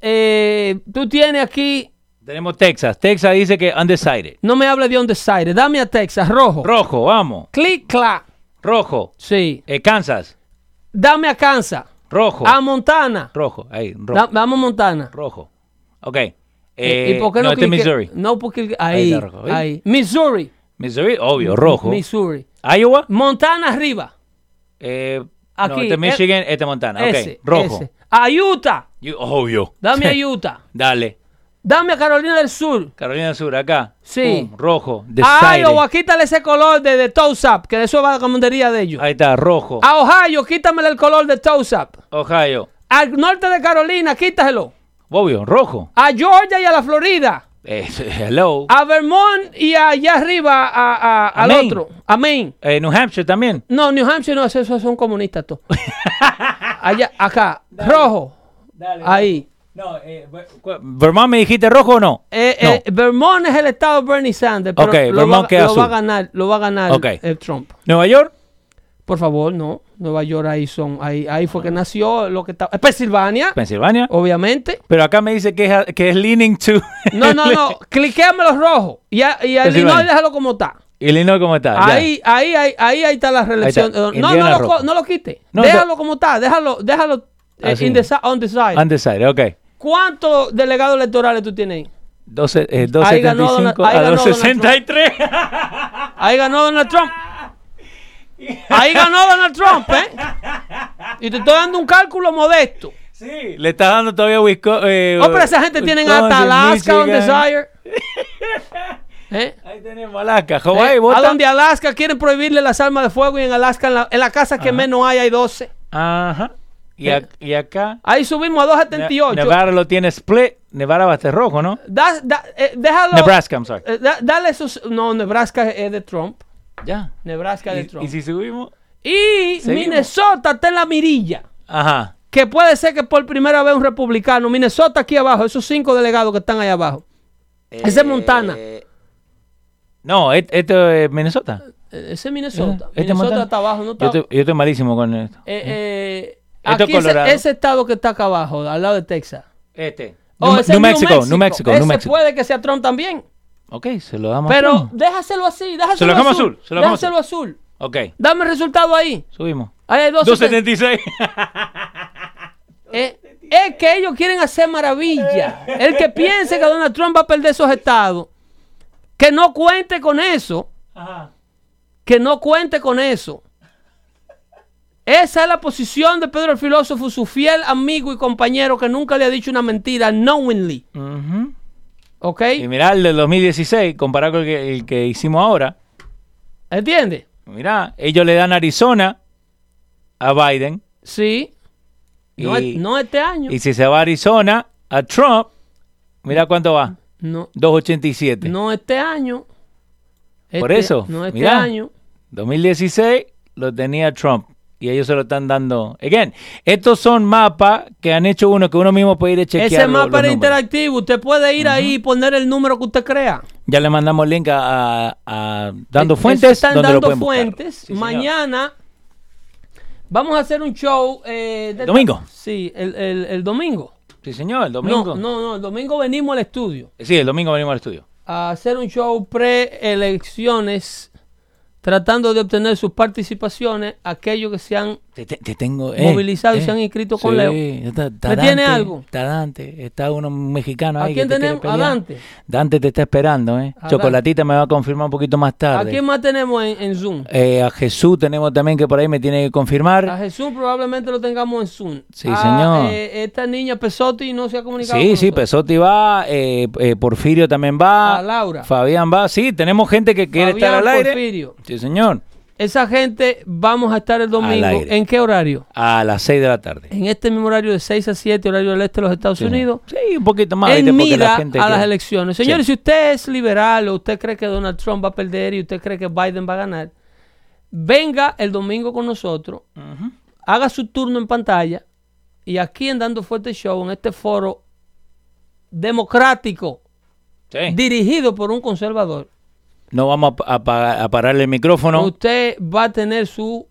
S3: Eh, tú tienes aquí.
S1: Tenemos Texas. Texas dice que undecided.
S3: No me hables de undecided. Dame a Texas, rojo.
S1: Rojo, vamos.
S3: Clic, clac.
S1: Rojo.
S3: Sí.
S1: Eh, Kansas.
S3: Dame a Kansas.
S1: Rojo.
S3: A Montana.
S1: rojo. Ahí, rojo.
S3: Da- Dame a Montana.
S1: rojo. Ok.
S3: Eh,
S1: Eh, este
S3: clique-
S1: Missouri.
S3: No, porque el-
S1: Ahí
S3: ahí,
S1: está rojo, ¿ves?
S3: ahí. Missouri.
S1: Missouri, obvio, rojo.
S3: Missouri.
S1: Iowa.
S3: Montana arriba.
S1: Eh,
S3: Aquí,
S1: no, este
S3: eh,
S1: Michigan, este Montana. Ok.
S3: Ese,
S1: rojo.
S3: ese. A Utah.
S1: You- obvio.
S3: Dame a Utah.
S1: Dale.
S3: Dame a Carolina del Sur.
S1: Carolina del Sur, acá.
S3: Sí. Ah,
S1: Pum, rojo.
S3: A
S1: Decided.
S3: Iowa, quítale ese color de, de Toes Up, que de eso va la comandería de ellos.
S1: Ahí está, rojo.
S3: A Ohio, quítamele el color de Toes Up.
S1: Ohio.
S3: Al norte de Carolina, quítaselo.
S1: Obvio, rojo.
S3: A Georgia y a la Florida.
S1: Eh, hello.
S3: A Vermont y allá arriba a- a- al
S1: Amén.
S3: otro. Amén.
S1: Eh, New Hampshire también.
S3: No, New Hampshire no, esos esos son comunistas todos. Allá, acá, rojo. Ahí.
S1: No, Vermont me dijiste rojo o no?
S3: Eh,
S1: No.
S3: eh, Vermont es el estado de Bernie Sanders, pero
S1: Ok,
S3: lo,
S1: Vermont
S3: va,
S1: queda
S3: lo va a
S1: azul.
S3: ganar, lo va a ganar
S1: Ok.
S3: eh, Trump.
S1: Nueva York.
S3: Por favor, no. Nueva York ahí son, ahí, ahí fue
S1: Ah.
S3: que nació lo que está. eh, Pensilvania,
S1: Pensilvania.
S3: Oh. obviamente.
S1: Pero acá me dice que es, a- que es leaning to.
S3: No, no, no. Cliquéame los rojos. Y a, y a Illinois
S1: Pensilvania.
S3: déjalo como está.
S1: Illinois, ¿cómo está? Ya.
S3: Ahí, ahí, ahí, ahí, ahí está la reelección.
S1: Ahí está.
S3: Eh, No, no
S1: Indiana
S3: lo,
S1: rojo.
S3: co- no lo quite.
S1: No,
S3: déjalo como está. Déjalo, déjalo eh,
S1: Así.
S3: in the si- on the side.
S1: Undecided, ok.
S3: ¿Cuántos delegados electorales tú tienes ahí?
S1: 12, eh,
S3: Ahí
S1: 275
S3: ganó Donald- ahí
S1: a
S3: ganó Donald
S1: 263.
S3: Ahí ganó Donald Trump. Ahí ganó Donald Trump, ¿eh? Y te estoy dando un cálculo modesto.
S1: sí, le está dando todavía Wisconsin. Eh,
S3: Oh, pero esa gente tiene
S1: Wisconsin,
S3: hasta Alaska on
S1: Michigan.
S3: desire. ¿Eh?
S1: Ahí tenemos Alaska. Hawaii,
S3: ¿Eh? A
S1: vota.
S3: donde Alaska quieren prohibirle las armas de fuego y en Alaska, en la, en la casa que menos hay, hay 12.
S1: Ajá. Y, a-
S3: Eh,
S1: y acá.
S3: Ahí subimos a
S1: Ne-
S3: 278.
S1: Nevada lo tiene split. Nevada va a estar rojo, ¿no?
S3: Da- da- eh, déjalo.
S1: Nebraska, I'm sorry.
S3: eh, da- dale esos. No, Nebraska es de Trump.
S1: Ya.
S3: Nebraska es de
S1: Y, y
S3: Trump.
S1: si subimos.
S3: Y, Minnesota está en la mirilla.
S1: Ajá.
S3: que puede ser que por primera vez un republicano, Minnesota aquí abajo, esos cinco delegados que están ahí abajo. ese es Montana.
S1: Eh, No, et- esto es Minnesota.
S3: Eh, Ese es Minnesota.
S1: Este es
S3: Minnesota
S1: Montana.
S3: está abajo, no está.
S1: Yo estoy, yo estoy malísimo con esto.
S3: Eh, eh,
S1: Esto es
S3: aquí ese-
S1: Colorado.
S3: ese, estado que está acá abajo, al lado de Texas.
S1: Este.
S3: Oh, ese es
S1: New Mexico, New Mexico,
S3: Ese
S1: New Mexico.
S3: puede que sea Trump también.
S1: Ok, se lo damos. a
S3: Pero
S1: Trump.
S3: déjaselo así, déjaselo
S1: Se lo dejamos
S3: azul.
S1: azul, se lo dejamos
S3: déjaselo azul.
S1: Ok,
S3: Dame el resultado ahí.
S1: subimos.
S3: Ahí hay dos.
S1: 276.
S3: Eh, es que ellos quieren hacer maravilla. El que piense que Donald Trump va a perder esos estados, que no cuente con eso. Que no cuente con eso. Esa es la posición de Pedro el Filósofo, su fiel amigo y compañero que nunca le ha dicho una mentira knowingly.
S1: Ujú.
S3: ¿Ok?
S1: Y mirá el del 2016, comparado con el que, el que hicimos ahora.
S3: ¿Entiendes?
S1: Mirá, ellos le dan Arizona a Biden.
S3: Sí. No,
S1: y,
S3: es- no este año.
S1: y si se va a Arizona a Trump, mirá cuánto va.
S3: no,
S1: 287.
S3: no este año.
S1: Por
S3: Este-
S1: eso,
S3: No este
S1: mirá.
S3: año.
S1: 2016 lo tenía Trump y ellos se lo están dando. Again, estos son mapas que han hecho uno que uno mismo puede ir a chequear.
S3: Ese
S1: lo-
S3: mapa
S1: los
S3: era
S1: números.
S3: interactivo. Usted puede ir ahí y poner el número que usted crea.
S1: Ya le mandamos link a, a- a Dando
S3: Eh,
S1: Fuentes.
S3: Están
S1: donde lo
S3: dando
S1: pueden buscar.
S3: fuentes.
S1: Sí, señor.
S3: Mañana vamos a hacer un show. eh, de-
S1: ¿Domingo?
S3: Sí, el, el- el domingo.
S1: Sí, señor, el domingo.
S3: No, no, no, el domingo venimos al estudio
S1: Sí, el domingo venimos al estudio.
S3: a hacer un show pre-elecciones tratando de obtener sus participaciones aquellos que se han
S1: Te, te- te tengo. eh,
S3: Movilizado y se han inscrito con Leo.
S1: Está, está
S3: ¿Me
S1: Dante,
S3: tiene algo?
S1: Está Dante. Está uno mexicano
S3: ¿A
S1: ahí.
S3: quién
S1: que te quiere
S3: tenemos? A
S1: pelear.
S3: Dante.
S1: Dante te está esperando, ¿eh?
S3: A
S1: Chocolatita me va a confirmar un poquito más
S3: ¿A
S1: tarde.
S3: quién más tenemos en, en Zoom?
S1: Eh, a Jesús tenemos también que por ahí me tiene que
S3: A
S1: confirmar.
S3: Jesús probablemente lo tengamos en Zoom.
S1: Sí,
S3: A,
S1: señor.
S3: eh, esta niña Pesotti no se ha comunicado.
S1: Sí,
S3: con
S1: sí,
S3: nosotros.
S1: Pesotti va, eh, eh, Porfirio también va.
S3: A Laura.
S1: Fabián va, sí, tenemos gente que quiere
S3: Fabián
S1: estar al aire.
S3: Porfirio.
S1: Sí, señor.
S3: Esa gente vamos a estar el domingo.
S1: aire.
S3: ¿En qué horario?
S1: A las 6 de la tarde.
S3: En este mismo horario de 6 a 7, horario del este de los Estados
S1: Sí,
S3: Unidos.
S1: Sí, un poquito más.
S3: en
S1: ¿viste? Porque
S3: mira
S1: la gente
S3: a las
S1: quiere-
S3: elecciones. Señores, si usted es liberal o usted cree que Donald Trump va a perder y usted cree que Biden va a ganar, venga el domingo con nosotros, haga su turno en pantalla y aquí en Dando Fuerte Show, en este foro democrático
S1: Sí.
S3: dirigido por un conservador,
S1: No vamos a, a pa- a pararle el micrófono.
S3: usted va a tener su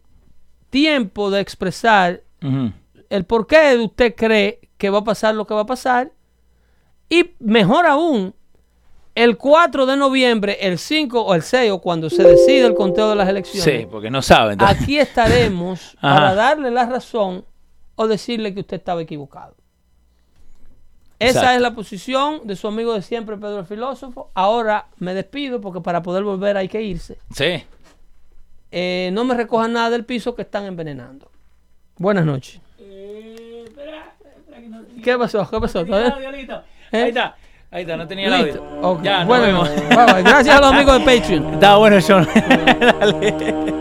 S3: tiempo de expresar
S1: Ujú.
S3: el por qué usted cree que va a pasar lo que va a pasar. Y mejor aún, el 4 de noviembre, el 5 o el 6, o cuando se decide el conteo de las elecciones,
S1: Sí, porque no saben. entonces.
S3: aquí estaremos
S1: Ajá.
S3: para darle la razón o decirle que usted estaba equivocado. Esa
S1: Exacto.
S3: es la posición de su amigo de siempre, Pedro el Filósofo. Ahora me despido porque para poder volver hay que irse.
S1: Sí.
S3: Eh, no me recojan nada del piso que están envenenando. Buenas noches. ¿Qué pasó? ¿Qué pasó? ¿Todavía? ¿Eh?
S1: Ahí está. Ahí está, no tenía el
S3: Listo.
S1: audio.
S3: Ok.
S1: Ya, nos
S3: Bueno,
S1: vemos.
S3: bye, bye. Gracias a los amigos de Patreon.
S1: Está bueno, John. Dale.